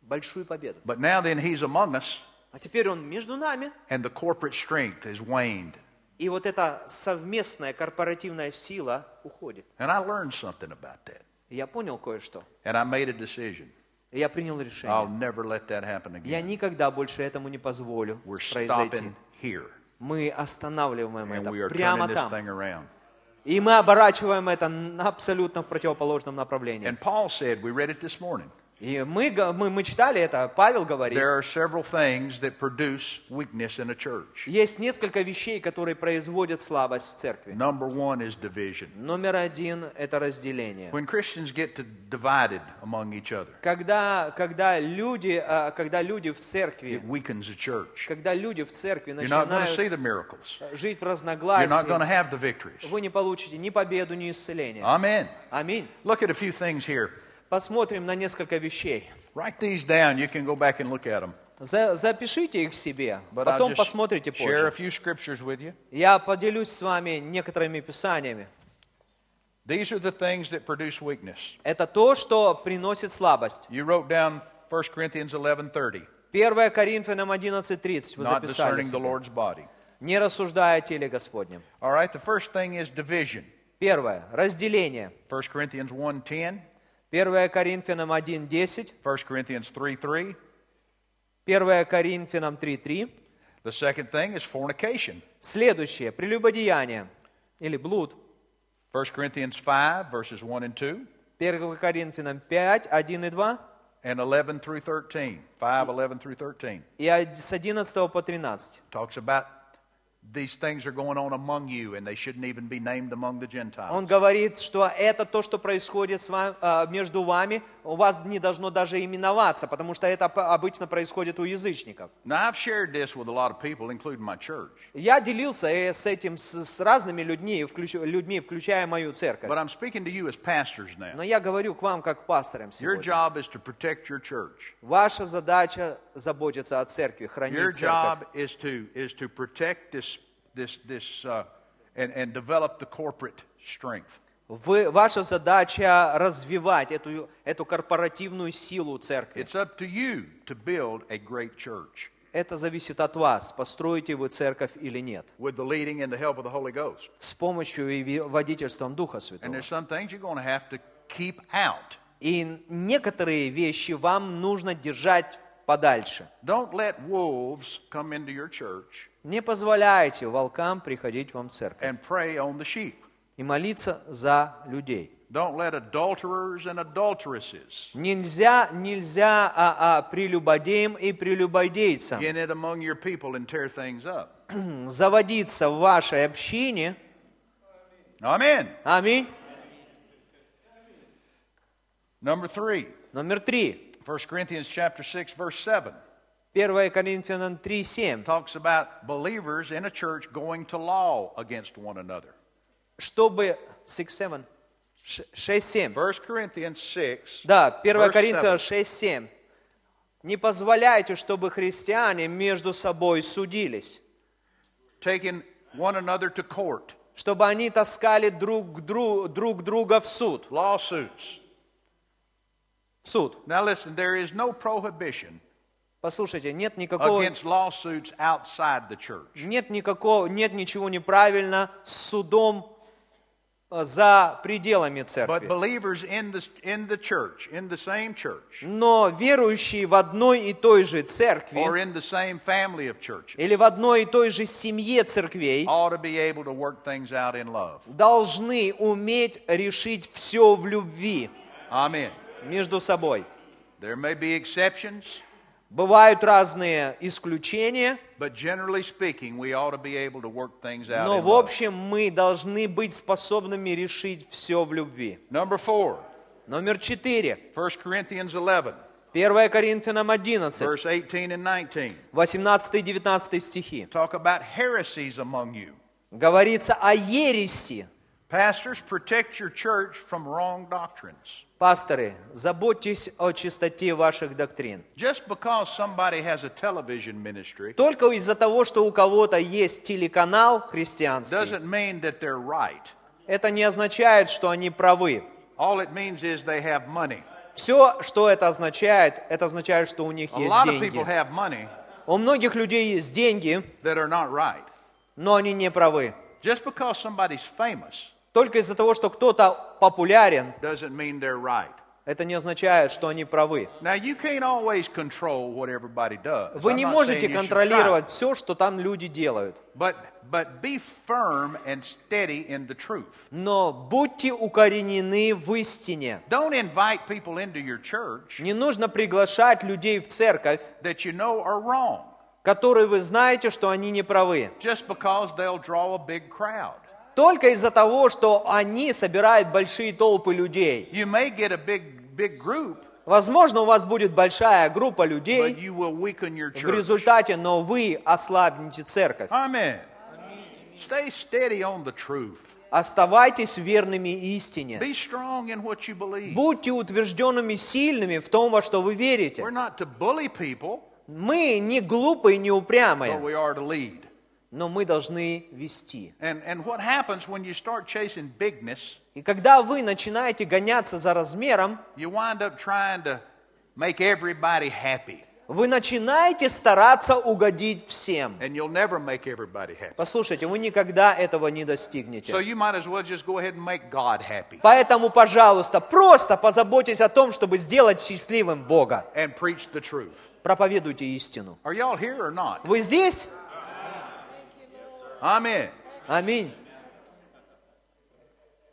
[SPEAKER 2] большую победу.
[SPEAKER 1] But now then, he's among us,
[SPEAKER 2] А теперь он между нами,
[SPEAKER 1] and the corporate strength has waned.
[SPEAKER 2] и вот эта совместная корпоративная сила уходит.
[SPEAKER 1] And I learned something about that.
[SPEAKER 2] И Я понял кое-что.
[SPEAKER 1] And I made a decision.
[SPEAKER 2] И Я принял
[SPEAKER 1] I'll
[SPEAKER 2] решение.
[SPEAKER 1] never let that happen
[SPEAKER 2] Я
[SPEAKER 1] again.
[SPEAKER 2] никогда больше этому не позволю
[SPEAKER 1] We're
[SPEAKER 2] произойти.
[SPEAKER 1] stopping here.
[SPEAKER 2] Мы останавливаем
[SPEAKER 1] And
[SPEAKER 2] это
[SPEAKER 1] we are
[SPEAKER 2] прямо
[SPEAKER 1] turning this
[SPEAKER 2] там.
[SPEAKER 1] thing around.
[SPEAKER 2] И мы оборачиваем это н- абсолютно в противоположном направлении.
[SPEAKER 1] And Paul said, we read it this morning.
[SPEAKER 2] И мы, га- мы, мы читали это, Павел говорит.
[SPEAKER 1] There are several things that produce weakness in a church.
[SPEAKER 2] Есть несколько вещей, которые производят слабость в церкви.
[SPEAKER 1] Number one is division.
[SPEAKER 2] Номер один – это разделение.
[SPEAKER 1] When Christians get to divided among each other,
[SPEAKER 2] Когда, когда, люди, а, когда люди в церкви,
[SPEAKER 1] it weakens the church.
[SPEAKER 2] когда люди в церкви
[SPEAKER 1] You're not going to see
[SPEAKER 2] начинают
[SPEAKER 1] the miracles.
[SPEAKER 2] жить
[SPEAKER 1] You're not going
[SPEAKER 2] в
[SPEAKER 1] to
[SPEAKER 2] разногласии,
[SPEAKER 1] have the victories.
[SPEAKER 2] вы не получите ни победу, ни исцеление.
[SPEAKER 1] Amen.
[SPEAKER 2] Аминь.
[SPEAKER 1] Look at a few things here.
[SPEAKER 2] Посмотрим на несколько вещей.
[SPEAKER 1] Write these down. You can go back and look at them.
[SPEAKER 2] За- запишите их себе,
[SPEAKER 1] But I'll
[SPEAKER 2] потом
[SPEAKER 1] just
[SPEAKER 2] посмотрите
[SPEAKER 1] share a
[SPEAKER 2] позже.
[SPEAKER 1] few scriptures with you.
[SPEAKER 2] Я поделюсь с вами некоторыми писаниями.
[SPEAKER 1] These are the things that produce weakness.
[SPEAKER 2] Это то, что приносит слабость.
[SPEAKER 1] You wrote down 1 Corinthians 11:30,
[SPEAKER 2] 1 Коринфянам 11.30 вы
[SPEAKER 1] not
[SPEAKER 2] записали.
[SPEAKER 1] discerning the
[SPEAKER 2] себе.
[SPEAKER 1] Lord's body.
[SPEAKER 2] Не рассуждая о теле Господнем.
[SPEAKER 1] All right, the first thing is division.
[SPEAKER 2] Первое. Разделение.
[SPEAKER 1] 1 Corinthians 1:10,
[SPEAKER 2] 1 Коринфянам 1.10,
[SPEAKER 1] 1 Corinthians 3:3.
[SPEAKER 2] 1 Коринфянам 3.3.
[SPEAKER 1] The second thing is fornication.
[SPEAKER 2] Следующее. Прелюбодеяние или блуд.
[SPEAKER 1] 1 Corinthians 5 verses 1 and 2
[SPEAKER 2] 1 Коринфянам 5, 1 и 2
[SPEAKER 1] and 11 through 13. 5 11 through 13
[SPEAKER 2] и од- с 11 по 13.
[SPEAKER 1] talks about these things are going on among you and they shouldn't even be named among the Gentiles.
[SPEAKER 2] Он говорит, что это то, что происходит с вами, э, между вами, у вас не должно даже именоваться, потому что это п- обычно происходит у язычников.
[SPEAKER 1] Now, I've shared this with a lot of people, including my church,
[SPEAKER 2] Я делился э, с этим с, с разными людьми, включ- людьми, включая мою церковь.
[SPEAKER 1] but I'm speaking to you as pastors now.
[SPEAKER 2] Но я говорю к вам как пасторам
[SPEAKER 1] Your
[SPEAKER 2] сегодня.
[SPEAKER 1] job is to protect your church.
[SPEAKER 2] Ваша задача заботиться о церкви,
[SPEAKER 1] Your
[SPEAKER 2] хранить церковь.
[SPEAKER 1] job is to is to protect this this this uh, and and develop the corporate strength.
[SPEAKER 2] Вы, ваша задача развивать эту, эту корпоративную силу церкви.
[SPEAKER 1] It's up to you to build a great church
[SPEAKER 2] Это зависит от вас, построите вы церковь или нет.
[SPEAKER 1] with the leading and the help of the Holy Ghost.
[SPEAKER 2] С помощью и ви- водительством Духа
[SPEAKER 1] And
[SPEAKER 2] Святого.
[SPEAKER 1] there's some things you're going to have to keep out.
[SPEAKER 2] И некоторые вещи вам нужно держать подальше.
[SPEAKER 1] Don't let wolves come into your church
[SPEAKER 2] Не позволяйте волкам приходить вам в церковь
[SPEAKER 1] and prey on the sheep.
[SPEAKER 2] и молиться за людей.
[SPEAKER 1] Don't let adulterers and adulteresses
[SPEAKER 2] Нельзя, нельзя а, а, прелюбодеям и прелюбодейцам
[SPEAKER 1] get in among your people and tear things up.
[SPEAKER 2] заводиться в вашей общине.
[SPEAKER 1] Amen.
[SPEAKER 2] Аминь.
[SPEAKER 1] Number three,
[SPEAKER 2] Номер три.
[SPEAKER 1] 1 Corinthians chapter 6, verse 7
[SPEAKER 2] 1 Коринфянам 3, 7.
[SPEAKER 1] talks about believers in a church going to law against one another.
[SPEAKER 2] Чтобы... 6, 7. 6, 7.
[SPEAKER 1] 1 Corinthians 6.
[SPEAKER 2] Да, 1
[SPEAKER 1] verse 7.
[SPEAKER 2] Коринфянам 6, 7. Не позволяйте, чтобы христиане между собой судились,
[SPEAKER 1] Taking one another to court,
[SPEAKER 2] чтобы они таскали друг, дру- друг друга в суд.
[SPEAKER 1] lawsuits.
[SPEAKER 2] В суд.
[SPEAKER 1] Now listen, there is no prohibition
[SPEAKER 2] Послушайте, нет никакого...
[SPEAKER 1] against lawsuits outside the church.
[SPEAKER 2] Нет никакого, нет ничего неправильно с судом э, за пределами
[SPEAKER 1] But
[SPEAKER 2] церкви.
[SPEAKER 1] believers in the, in the church, in the same church,
[SPEAKER 2] Но верующие в одной и той же
[SPEAKER 1] or
[SPEAKER 2] церкви
[SPEAKER 1] in the same family of churches,
[SPEAKER 2] или в одной и той же семье церквей
[SPEAKER 1] ought to be able to work things out in love.
[SPEAKER 2] должны уметь решить все в любви
[SPEAKER 1] Amen.
[SPEAKER 2] между собой.
[SPEAKER 1] There may be exceptions,
[SPEAKER 2] Бывают разные исключения,
[SPEAKER 1] but generally speaking, we ought to be able to work things out
[SPEAKER 2] но
[SPEAKER 1] in
[SPEAKER 2] в
[SPEAKER 1] love.
[SPEAKER 2] общем мы должны быть способными решить все в любви.
[SPEAKER 1] Number four,
[SPEAKER 2] Номер четыре.
[SPEAKER 1] 1 Corinthians 11,
[SPEAKER 2] 1 Коринфянам 11,
[SPEAKER 1] verse 18 and 19.
[SPEAKER 2] 18 и 19 стихи.
[SPEAKER 1] Talk about heresies among you.
[SPEAKER 2] Говорится о ереси.
[SPEAKER 1] Pastors, protect your church from wrong doctrines.
[SPEAKER 2] Пасторы, заботьтесь о чистоте ваших доктрин.
[SPEAKER 1] Just because somebody has a television ministry
[SPEAKER 2] Только из-за того, что у кого-то есть телеканал христианский,
[SPEAKER 1] doesn't mean that they're right.
[SPEAKER 2] это не означает, что они правы.
[SPEAKER 1] All it means is they have money.
[SPEAKER 2] Все, что это означает, это означает, что у них
[SPEAKER 1] A
[SPEAKER 2] есть
[SPEAKER 1] lot of people
[SPEAKER 2] деньги.
[SPEAKER 1] have money
[SPEAKER 2] У многих людей есть деньги,
[SPEAKER 1] that are not right.
[SPEAKER 2] но они не правы.
[SPEAKER 1] Just because somebody's famous
[SPEAKER 2] Только из-за того, что кто-то популярен,
[SPEAKER 1] doesn't mean they're right.
[SPEAKER 2] Это не означает, что они правы.
[SPEAKER 1] Now, you can't always control what everybody does.
[SPEAKER 2] Вы
[SPEAKER 1] I'm
[SPEAKER 2] не
[SPEAKER 1] not
[SPEAKER 2] можете
[SPEAKER 1] saying you should
[SPEAKER 2] контролировать все, что там люди делают.
[SPEAKER 1] try. But, but be firm and steady in the truth.
[SPEAKER 2] Но будьте укоренены в истине.
[SPEAKER 1] Don't invite people into your church
[SPEAKER 2] Не нужно приглашать людей в церковь,
[SPEAKER 1] that you know are wrong
[SPEAKER 2] которые вы знаете, что они не правы.
[SPEAKER 1] just because they'll draw a big crowd.
[SPEAKER 2] Только из-за того, что они собирают большие толпы людей.
[SPEAKER 1] You may get a big, big group,
[SPEAKER 2] Возможно, у вас будет большая группа
[SPEAKER 1] but
[SPEAKER 2] людей
[SPEAKER 1] you will weaken your
[SPEAKER 2] в
[SPEAKER 1] church.
[SPEAKER 2] результате, но вы ослабните церковь.
[SPEAKER 1] Amen. Stay steady on the truth.
[SPEAKER 2] Оставайтесь верными истине.
[SPEAKER 1] Be strong in what you believe.
[SPEAKER 2] Будьте утвержденными сильными в том, во что вы
[SPEAKER 1] We're
[SPEAKER 2] верите.
[SPEAKER 1] not to bully people,
[SPEAKER 2] Мы не глупые, не
[SPEAKER 1] but
[SPEAKER 2] упрямые,
[SPEAKER 1] we are to lead.
[SPEAKER 2] но мы должны вести.
[SPEAKER 1] And, and what happens when you start chasing bigness,
[SPEAKER 2] И когда вы начинаете гоняться за размером,
[SPEAKER 1] you wind up trying to make everybody happy,
[SPEAKER 2] вы начинаете стараться угодить всем.
[SPEAKER 1] and you'll never make everybody happy.
[SPEAKER 2] Послушайте, вы никогда этого не
[SPEAKER 1] So
[SPEAKER 2] достигнете.
[SPEAKER 1] you might as well just go ahead and make God happy
[SPEAKER 2] Поэтому, пожалуйста, просто позаботьтесь о том, чтобы сделать счастливым Бога.
[SPEAKER 1] and preach the truth.
[SPEAKER 2] Проповедуйте истину.
[SPEAKER 1] Are y'all here or not?
[SPEAKER 2] Вы здесь?
[SPEAKER 1] Amen.
[SPEAKER 2] Аминь.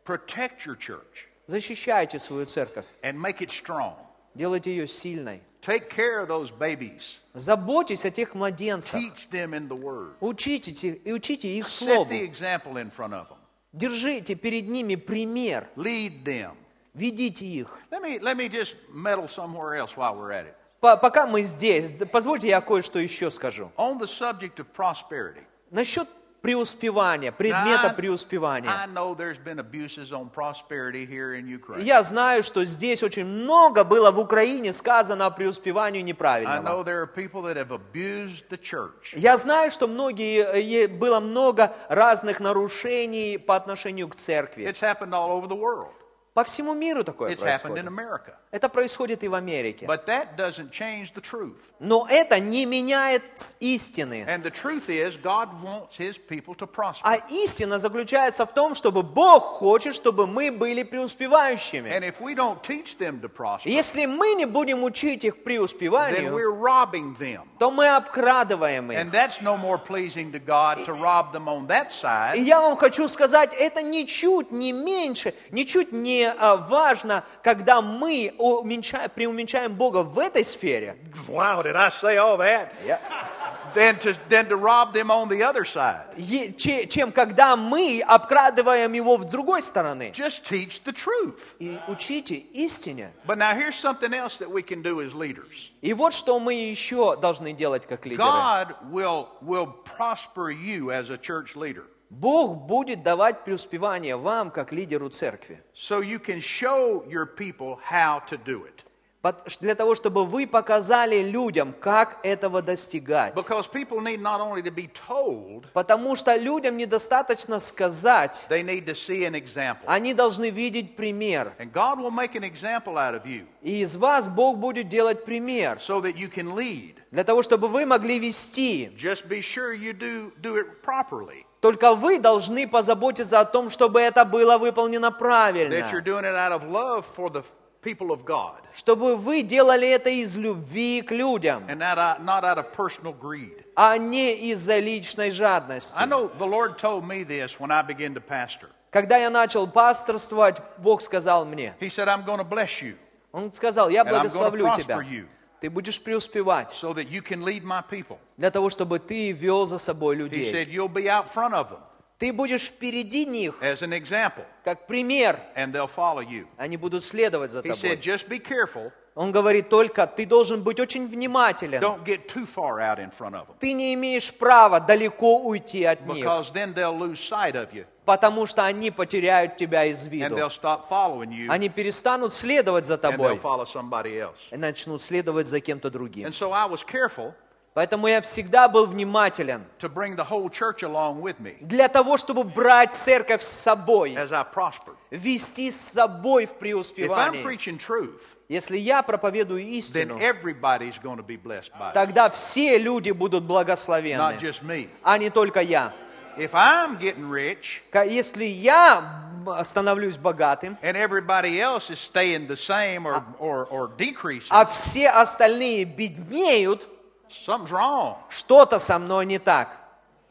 [SPEAKER 1] Protect your church
[SPEAKER 2] Защищайте свою церковь.
[SPEAKER 1] and make it strong.
[SPEAKER 2] Делайте ее сильной.
[SPEAKER 1] Take care of those babies.
[SPEAKER 2] Заботьтесь о тех младенцах.
[SPEAKER 1] Teach them in the Word.
[SPEAKER 2] Учите, те- и учите их
[SPEAKER 1] Set the
[SPEAKER 2] слову.
[SPEAKER 1] example in front of them.
[SPEAKER 2] Держите перед ними пример.
[SPEAKER 1] Lead them.
[SPEAKER 2] Ведите их.
[SPEAKER 1] Let me, let me just meddle somewhere else while we're at it.
[SPEAKER 2] По- пока мы здесь, д- позвольте я кое-что еще скажу.
[SPEAKER 1] On the subject of prosperity.
[SPEAKER 2] Насчет преуспевания,
[SPEAKER 1] Now,
[SPEAKER 2] предмета
[SPEAKER 1] I
[SPEAKER 2] преуспевания.
[SPEAKER 1] know there's been abuses on prosperity here in Ukraine.
[SPEAKER 2] Я знаю, что здесь очень много было в Украине сказано о преуспевании
[SPEAKER 1] I
[SPEAKER 2] неправильного.
[SPEAKER 1] know there are people that have abused the church.
[SPEAKER 2] Я знаю, что многие, э, е- было много разных нарушений по отношению к церкви.
[SPEAKER 1] It's happened all over the world.
[SPEAKER 2] По всему миру такое
[SPEAKER 1] It's happened in
[SPEAKER 2] происходит.
[SPEAKER 1] America.
[SPEAKER 2] Это происходит и в Америке.
[SPEAKER 1] But that doesn't change the truth.
[SPEAKER 2] Но это не меняет с- истины.
[SPEAKER 1] And the truth is, God wants His people to
[SPEAKER 2] А
[SPEAKER 1] prosper.
[SPEAKER 2] истина заключается в том, чтобы Бог хочет, чтобы мы были преуспевающими.
[SPEAKER 1] And if we don't teach them to prosper,
[SPEAKER 2] Если мы не будем учить их
[SPEAKER 1] then
[SPEAKER 2] преуспеванию,
[SPEAKER 1] we're robbing them.
[SPEAKER 2] то мы обкрадываем их.
[SPEAKER 1] And that's no more pleasing to God to rob them on that
[SPEAKER 2] И
[SPEAKER 1] side
[SPEAKER 2] я вам хочу сказать, это ничуть не меньше, ничуть не а, важно, когда мы уменьша- преуменьшаем Бога в этой сфере,
[SPEAKER 1] Wow, did I say all that?
[SPEAKER 2] Yeah.
[SPEAKER 1] Than to than to rob them on the other side.
[SPEAKER 2] е- че- чем когда мы обкрадываем Его в другой стороны.
[SPEAKER 1] Just teach the truth.
[SPEAKER 2] И учите истине.
[SPEAKER 1] But now here's something else that we can do as leaders.
[SPEAKER 2] И вот что мы еще должны делать как лидеры.
[SPEAKER 1] God will will prosper you as a church leader
[SPEAKER 2] Бог будет давать преуспевание вам, как лидеру церкви,
[SPEAKER 1] so you can show your people how to do it.
[SPEAKER 2] Пот- ш- для того, чтобы вы показали людям, как этого достигать.
[SPEAKER 1] Because people need not only to be told,
[SPEAKER 2] Потому что людям недостаточно сказать,
[SPEAKER 1] they need to see an example.
[SPEAKER 2] Они должны видеть пример.
[SPEAKER 1] And God will make an example out of you
[SPEAKER 2] И из вас Бог будет делать пример,
[SPEAKER 1] so that you can lead.
[SPEAKER 2] для того, чтобы вы могли вести.
[SPEAKER 1] Just be sure you do do it properly.
[SPEAKER 2] Только вы должны позаботиться о том, чтобы это было выполнено
[SPEAKER 1] That you're
[SPEAKER 2] правильно.
[SPEAKER 1] doing it out of love for the people of God
[SPEAKER 2] Чтобы вы делали это из любви к людям,
[SPEAKER 1] and not out, not out of personal greed.
[SPEAKER 2] а не из-за личной жадности.
[SPEAKER 1] I know the Lord told me this when I began to pastor.
[SPEAKER 2] Когда я начал пасторствовать, Бог сказал мне,
[SPEAKER 1] He said, "I'm going to bless you
[SPEAKER 2] Он сказал, я
[SPEAKER 1] And I'm gonna
[SPEAKER 2] благословлю тебя,
[SPEAKER 1] prosper you.
[SPEAKER 2] ты будешь преуспевать,
[SPEAKER 1] so that you can lead my people."
[SPEAKER 2] для того, чтобы ты вел за собой
[SPEAKER 1] He
[SPEAKER 2] людей.
[SPEAKER 1] said, "You'll be out front of them
[SPEAKER 2] Ты будешь впереди них,
[SPEAKER 1] as an example,
[SPEAKER 2] как пример.
[SPEAKER 1] and they'll follow you."
[SPEAKER 2] Они будут следовать за
[SPEAKER 1] He said,
[SPEAKER 2] тобой.
[SPEAKER 1] "Just be careful.
[SPEAKER 2] Он говорит только, ты должен быть очень внимателен.
[SPEAKER 1] Don't get too far out in front of them,
[SPEAKER 2] Ты не имеешь права далеко уйти от них,
[SPEAKER 1] because then they'll lose sight of you
[SPEAKER 2] потому что они потеряют тебя из
[SPEAKER 1] and they'll
[SPEAKER 2] виду.
[SPEAKER 1] stop following you
[SPEAKER 2] Они перестанут следовать за
[SPEAKER 1] and they'll
[SPEAKER 2] тобой
[SPEAKER 1] follow somebody else."
[SPEAKER 2] и начнут следовать за кем-то другим.
[SPEAKER 1] And so I was careful
[SPEAKER 2] Поэтому я всегда был внимателен
[SPEAKER 1] to bring the whole church along with me.
[SPEAKER 2] для того, чтобы брать церковь с собой,
[SPEAKER 1] as I prospered.
[SPEAKER 2] вести с собой в
[SPEAKER 1] If I'm
[SPEAKER 2] преуспевании.
[SPEAKER 1] preaching truth,
[SPEAKER 2] Если я проповедую
[SPEAKER 1] then
[SPEAKER 2] истину,
[SPEAKER 1] everybody's going to be blessed by
[SPEAKER 2] тогда все люди будут а
[SPEAKER 1] it, not
[SPEAKER 2] благословенны,
[SPEAKER 1] just me.
[SPEAKER 2] а не только я.
[SPEAKER 1] If I'm getting rich,
[SPEAKER 2] Ка- Если я б- становлюсь богатым,
[SPEAKER 1] and everybody else is staying the same or, or, or decreasing,
[SPEAKER 2] а все остальные беднеют,
[SPEAKER 1] something's wrong.
[SPEAKER 2] что-то со мной не так.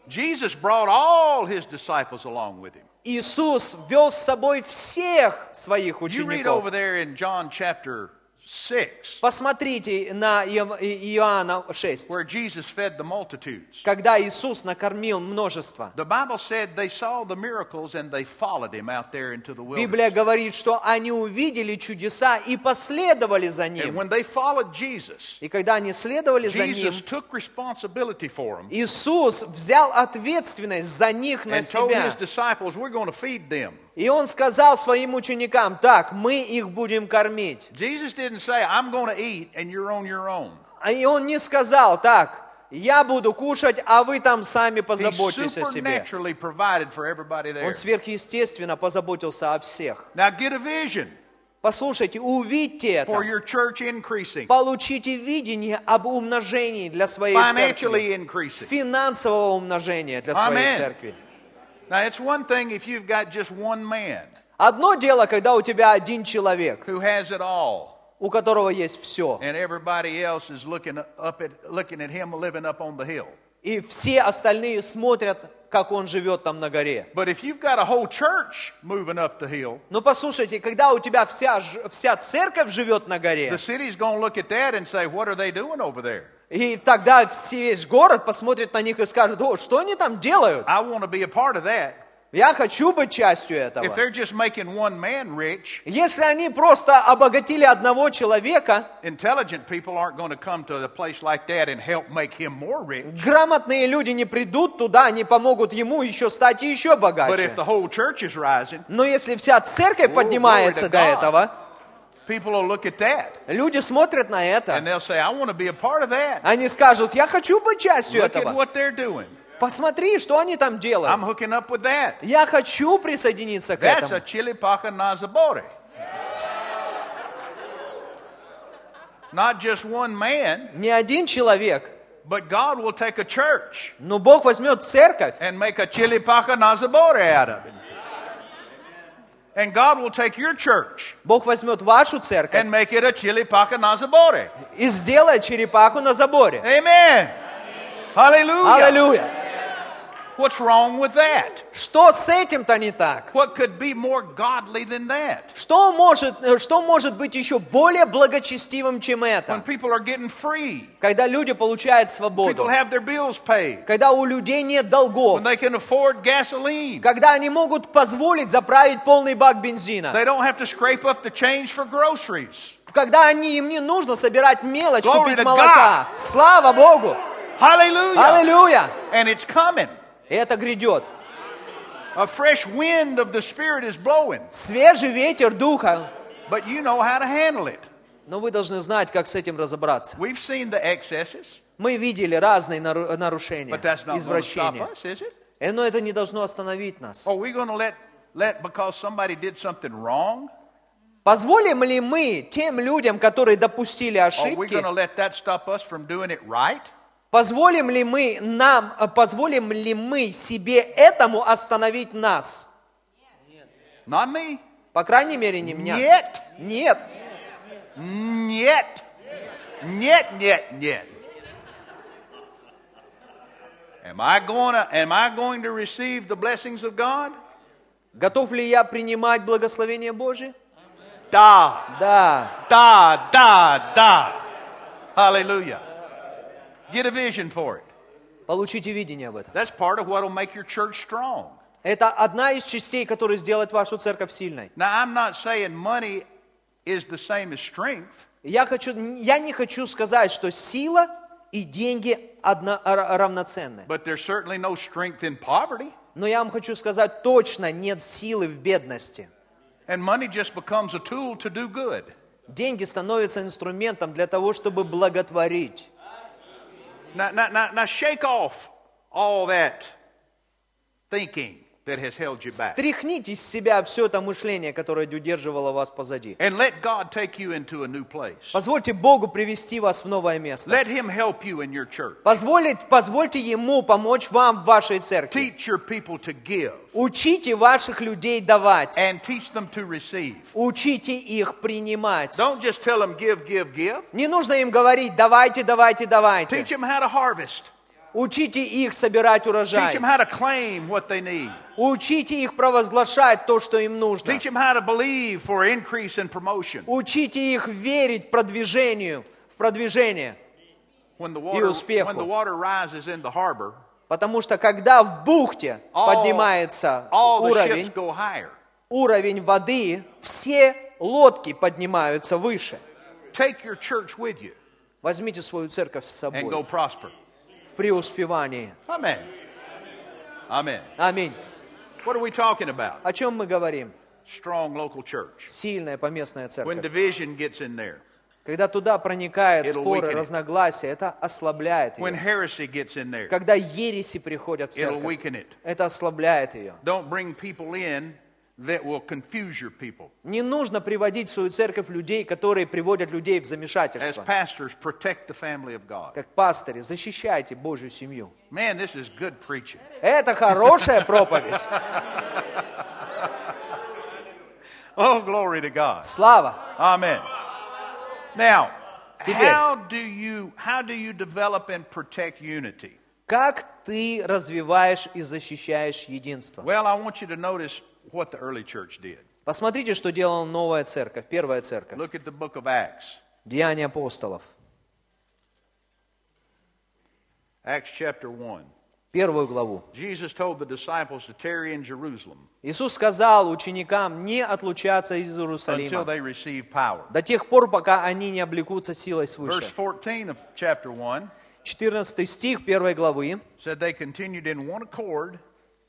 [SPEAKER 1] Jesus brought all his disciples along with him.
[SPEAKER 2] Иисус вел с собой всех своих
[SPEAKER 1] You read over
[SPEAKER 2] учеников.
[SPEAKER 1] there in John chapter 6,
[SPEAKER 2] Посмотрите на Иов- И- Иоанна 6,
[SPEAKER 1] where Jesus fed the multitudes.
[SPEAKER 2] когда Иисус накормил множество.
[SPEAKER 1] The Bible said they saw the miracles and they followed him out there into the wilderness.
[SPEAKER 2] Библия говорит, что они увидели чудеса и последовали за
[SPEAKER 1] And
[SPEAKER 2] Ним.
[SPEAKER 1] when they followed Jesus,
[SPEAKER 2] И когда они следовали за Ним,
[SPEAKER 1] Jesus took responsibility for them
[SPEAKER 2] Иисус взял ответственность за них на
[SPEAKER 1] and told his
[SPEAKER 2] себя.
[SPEAKER 1] disciples, We're going to feed them.
[SPEAKER 2] И Он сказал своим ученикам, так, мы их будем кормить.
[SPEAKER 1] Jesus didn't say, I'm going to eat and you're on your own.
[SPEAKER 2] А И Он не сказал, так, я буду кушать, а вы там сами
[SPEAKER 1] He
[SPEAKER 2] позаботьтесь о себе.
[SPEAKER 1] supernaturally provided for everybody there.
[SPEAKER 2] Он сверхъестественно позаботился о всех.
[SPEAKER 1] Now get a vision
[SPEAKER 2] Послушайте, увидьте
[SPEAKER 1] for
[SPEAKER 2] это.
[SPEAKER 1] your church increasing,
[SPEAKER 2] Получите видение об умножении для своей церкви.
[SPEAKER 1] financially increasing.
[SPEAKER 2] Финансового умножения для своей
[SPEAKER 1] Amen.
[SPEAKER 2] церкви.
[SPEAKER 1] Now it's one thing if you've got just one man
[SPEAKER 2] Одно дело, когда у тебя один человек,
[SPEAKER 1] who has it all,
[SPEAKER 2] у которого есть все,
[SPEAKER 1] and everybody else is looking up at looking at him living up on the hill.
[SPEAKER 2] и все остальные смотрят, как он живет там на горе.
[SPEAKER 1] But if you've got a whole church moving up the hill,
[SPEAKER 2] Но послушайте, когда у тебя вся, ж- вся церковь живет на горе,
[SPEAKER 1] the city's going to look at that and say, "What are they doing over there?"
[SPEAKER 2] и тогда все- весь город посмотрит на них и скажет, о, что они там делают?
[SPEAKER 1] I want to be a part of that.
[SPEAKER 2] Я хочу быть частью
[SPEAKER 1] If
[SPEAKER 2] этого.
[SPEAKER 1] they're just making one man rich,
[SPEAKER 2] Если они просто обогатили одного человека,
[SPEAKER 1] intelligent people aren't going to come to a place like that and help make him more rich.
[SPEAKER 2] грамотные люди не придут туда, не помогут ему еще стать еще
[SPEAKER 1] But if
[SPEAKER 2] богаче.
[SPEAKER 1] the whole church is rising,
[SPEAKER 2] Но если вся церковь
[SPEAKER 1] Oh,
[SPEAKER 2] поднимается
[SPEAKER 1] glory to
[SPEAKER 2] до
[SPEAKER 1] God.
[SPEAKER 2] этого,
[SPEAKER 1] people will look at that
[SPEAKER 2] люди смотрят на
[SPEAKER 1] and
[SPEAKER 2] это.
[SPEAKER 1] they'll say, "I want to be a part of that."
[SPEAKER 2] Они скажут, я хочу быть частью
[SPEAKER 1] Look at
[SPEAKER 2] этого.
[SPEAKER 1] what they're doing.
[SPEAKER 2] Посмотри, что они там
[SPEAKER 1] I'm
[SPEAKER 2] делают.
[SPEAKER 1] hooking up with that.
[SPEAKER 2] Я хочу присоединиться к
[SPEAKER 1] That's a
[SPEAKER 2] этому.
[SPEAKER 1] chilipaca nazabore. Not just one man,
[SPEAKER 2] Не один человек,
[SPEAKER 1] but God will take a church
[SPEAKER 2] но Бог возьмет церковь,
[SPEAKER 1] and make a chilipaca nazabore out of it. And God will take your church
[SPEAKER 2] Бог возьmет вашу церковь
[SPEAKER 1] and make it a chilipaca nazabore.
[SPEAKER 2] и сделает черепаху на заборе.
[SPEAKER 1] Amen. Hallelujah.
[SPEAKER 2] Аллилуйя!
[SPEAKER 1] What's wrong with that?
[SPEAKER 2] Что с этим-то не так?
[SPEAKER 1] What could be more godly than that?
[SPEAKER 2] Что может, э, что может быть еще более благочестивым, чем
[SPEAKER 1] When
[SPEAKER 2] это?
[SPEAKER 1] people are getting free,
[SPEAKER 2] Когда люди получают
[SPEAKER 1] people
[SPEAKER 2] свободу,
[SPEAKER 1] have their bills paid,
[SPEAKER 2] когда у людей нет
[SPEAKER 1] when
[SPEAKER 2] долгов,
[SPEAKER 1] they can afford gasoline,
[SPEAKER 2] когда они могут позволить заправить полный бак бензина,
[SPEAKER 1] They don't have to scrape up the change for groceries.
[SPEAKER 2] когда они, им не нужно собирать мелочь,
[SPEAKER 1] Glory
[SPEAKER 2] купить
[SPEAKER 1] to
[SPEAKER 2] молока. Слава Богу!
[SPEAKER 1] Hallelujah.
[SPEAKER 2] Аллилуйя!
[SPEAKER 1] And it's coming.
[SPEAKER 2] Это грядет.
[SPEAKER 1] A fresh wind of the Spirit is blowing,
[SPEAKER 2] Свежий ветер духа.
[SPEAKER 1] but you know how to handle it.
[SPEAKER 2] Но вы должны знать, как с этим разобраться.
[SPEAKER 1] We've seen the excesses,
[SPEAKER 2] Мы видели разные нару- нарушения,
[SPEAKER 1] but that's not going to stop
[SPEAKER 2] извращения.
[SPEAKER 1] us, is it?
[SPEAKER 2] Э, Но это не должно остановить нас.
[SPEAKER 1] Are we going to let, let because somebody did something wrong,
[SPEAKER 2] Позволим ли мы тем людям, которые допустили
[SPEAKER 1] are we going to
[SPEAKER 2] ошибки,
[SPEAKER 1] let that stop us from doing it right?
[SPEAKER 2] позволим ли мы нам, э, позволим ли мы себе этому остановить нас?
[SPEAKER 1] Not me.
[SPEAKER 2] По крайней мере, не меня.
[SPEAKER 1] Yet.
[SPEAKER 2] Нет.
[SPEAKER 1] Yet. Yet, yet, yet. Am I going to am I going to receive the blessings of God?
[SPEAKER 2] Готов ли я принимать благословение Божие?
[SPEAKER 1] Da.
[SPEAKER 2] Да.
[SPEAKER 1] Da, da, da. Hallelujah. Get a vision for it.
[SPEAKER 2] Получите видение об этом.
[SPEAKER 1] That's part of what will make your church strong.
[SPEAKER 2] Это одна из частей, которая сделает вашу церковь сильной.
[SPEAKER 1] Now, I'm not saying money is the same as strength,
[SPEAKER 2] Я, хочу, я не хочу сказать, что сила и деньги одно, ра- равноценны.
[SPEAKER 1] but there's certainly no strength in poverty.
[SPEAKER 2] Но я вам хочу сказать, точно нет силы в бедности.
[SPEAKER 1] And money just becomes a tool to do good.
[SPEAKER 2] Деньги становятся инструментом для того, чтобы благотворить.
[SPEAKER 1] Now, now, now, now shake off all that thinking that has held you back.
[SPEAKER 2] Стряхните из себя все это мышление, которое удерживало вас позади.
[SPEAKER 1] And let God take you into a new place.
[SPEAKER 2] Позвольте Богу привести вас в новое место.
[SPEAKER 1] Let Him help you in your church.
[SPEAKER 2] Позволить, позвольте Ему помочь вам в вашей церкви.
[SPEAKER 1] Teach your people to give
[SPEAKER 2] Учите ваших людей давать.
[SPEAKER 1] and teach them to receive.
[SPEAKER 2] Учите их принимать.
[SPEAKER 1] Don't just tell them give, give, give.
[SPEAKER 2] Не нужно им говорить, давайте, давайте, давайте.
[SPEAKER 1] Teach them how to harvest.
[SPEAKER 2] Учите их собирать
[SPEAKER 1] Teach
[SPEAKER 2] урожай.
[SPEAKER 1] them how to claim what they need.
[SPEAKER 2] Учите их провозглашать то, что им нужно.
[SPEAKER 1] Teach them how to believe for increase and promotion.
[SPEAKER 2] Учите их верить продвижению, в продвижение.
[SPEAKER 1] When the water,
[SPEAKER 2] успеху.
[SPEAKER 1] when the water rises in the harbor,
[SPEAKER 2] Потому что когда в бухте
[SPEAKER 1] All-
[SPEAKER 2] поднимается
[SPEAKER 1] all the ships
[SPEAKER 2] уровень,
[SPEAKER 1] go higher.
[SPEAKER 2] уровень воды, все лодки поднимаются выше.
[SPEAKER 1] Take your church with you
[SPEAKER 2] Возьмите свою церковь с
[SPEAKER 1] and go
[SPEAKER 2] собой
[SPEAKER 1] prosper.
[SPEAKER 2] в преуспевании.
[SPEAKER 1] Amen. Amen.
[SPEAKER 2] Аминь.
[SPEAKER 1] What are we talking about?
[SPEAKER 2] О чем мы говорим?
[SPEAKER 1] Strong local church.
[SPEAKER 2] Сильная поместная
[SPEAKER 1] When
[SPEAKER 2] церковь.
[SPEAKER 1] division gets in there,
[SPEAKER 2] Когда туда проникает
[SPEAKER 1] It'll
[SPEAKER 2] споры,
[SPEAKER 1] weaken it.
[SPEAKER 2] разногласия, это ослабляет
[SPEAKER 1] when
[SPEAKER 2] ее.
[SPEAKER 1] heresy gets in there,
[SPEAKER 2] Когда ереси приходят в
[SPEAKER 1] it'll
[SPEAKER 2] церковь,
[SPEAKER 1] weaken it.
[SPEAKER 2] это ослабляет ее.
[SPEAKER 1] Don't bring people in that will confuse your people.
[SPEAKER 2] Не нужно приводить в свою церковь людей, которые приводят людей в
[SPEAKER 1] As
[SPEAKER 2] замешательство.
[SPEAKER 1] pastors, protect the family of God.
[SPEAKER 2] Как пастыри, защищайте Божью семью.
[SPEAKER 1] Man, this is good preaching.
[SPEAKER 2] Это хорошая проповедь.
[SPEAKER 1] Oh, glory to God.
[SPEAKER 2] Слава.
[SPEAKER 1] Amen. Now,
[SPEAKER 2] Теперь.
[SPEAKER 1] how do you how do you develop and protect unity?
[SPEAKER 2] Как ты развиваешь и защищаешь единство?
[SPEAKER 1] Well, I want you to notice what the early church did.
[SPEAKER 2] Посмотрите, что делала новая церковь, первая церковь.
[SPEAKER 1] Look at the book of Acts.
[SPEAKER 2] Деяния апостолов.
[SPEAKER 1] Acts chapter 1.
[SPEAKER 2] Первую главу.
[SPEAKER 1] Jesus told the disciples to tarry in Jerusalem
[SPEAKER 2] Иисус сказал ученикам не отлучаться из
[SPEAKER 1] until
[SPEAKER 2] Иерусалима
[SPEAKER 1] they receive power.
[SPEAKER 2] до тех пор, пока они не облекутся силой
[SPEAKER 1] Verse
[SPEAKER 2] свыше.
[SPEAKER 1] 14 of chapter 1
[SPEAKER 2] 14 стих первой главы.
[SPEAKER 1] said they continued in one accord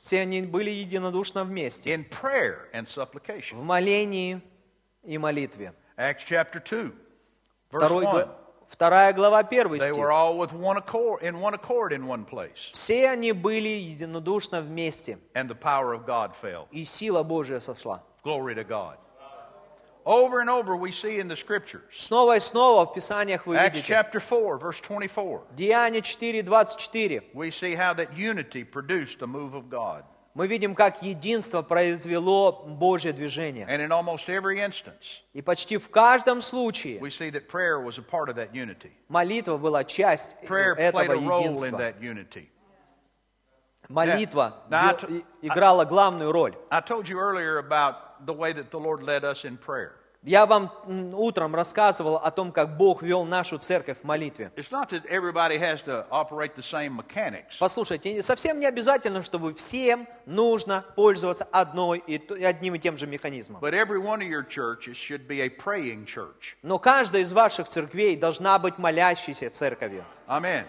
[SPEAKER 2] Все они были единодушно вместе.
[SPEAKER 1] in prayer and
[SPEAKER 2] в
[SPEAKER 1] supplication.
[SPEAKER 2] молении и молитве.
[SPEAKER 1] Acts chapter 2, verse
[SPEAKER 2] Второй,
[SPEAKER 1] 1.
[SPEAKER 2] гла- вторая глава, первый
[SPEAKER 1] They
[SPEAKER 2] стих.
[SPEAKER 1] were all with one accord in one accord in one place,
[SPEAKER 2] Все они были единодушно вместе,
[SPEAKER 1] and the power of God fell.
[SPEAKER 2] и сила Божия сошла.
[SPEAKER 1] Glory to God. Over and over we see in the scriptures.
[SPEAKER 2] Снова и снова в Писаниях вы
[SPEAKER 1] Acts
[SPEAKER 2] видите.
[SPEAKER 1] chapter 4, verse 24.
[SPEAKER 2] Деяния 4, 24.
[SPEAKER 1] We see how that unity produced the move of God.
[SPEAKER 2] Мы видим, как единство произвело Божье движение.
[SPEAKER 1] And in almost every instance,
[SPEAKER 2] И почти в каждом случае
[SPEAKER 1] we see that prayer was a part of that unity.
[SPEAKER 2] молитва была часть
[SPEAKER 1] Prayer played
[SPEAKER 2] этого
[SPEAKER 1] a role in
[SPEAKER 2] единства.
[SPEAKER 1] that unity.
[SPEAKER 2] Молитва
[SPEAKER 1] Now,
[SPEAKER 2] бе-
[SPEAKER 1] I t-
[SPEAKER 2] и- играла главную роль.
[SPEAKER 1] I told you earlier about the way that the Lord led us in prayer.
[SPEAKER 2] Я вам м, утром рассказывал о том, как Бог вел нашу церковь в молитве.
[SPEAKER 1] It's not that everybody has to operate the same mechanics,
[SPEAKER 2] Послушайте, совсем не обязательно, чтобы всем нужно пользоваться одной и т- и одним и тем же механизмом.
[SPEAKER 1] but every one of your churches should be a praying church.
[SPEAKER 2] Но каждая из ваших церквей должна быть молящейся церковью.
[SPEAKER 1] Amen.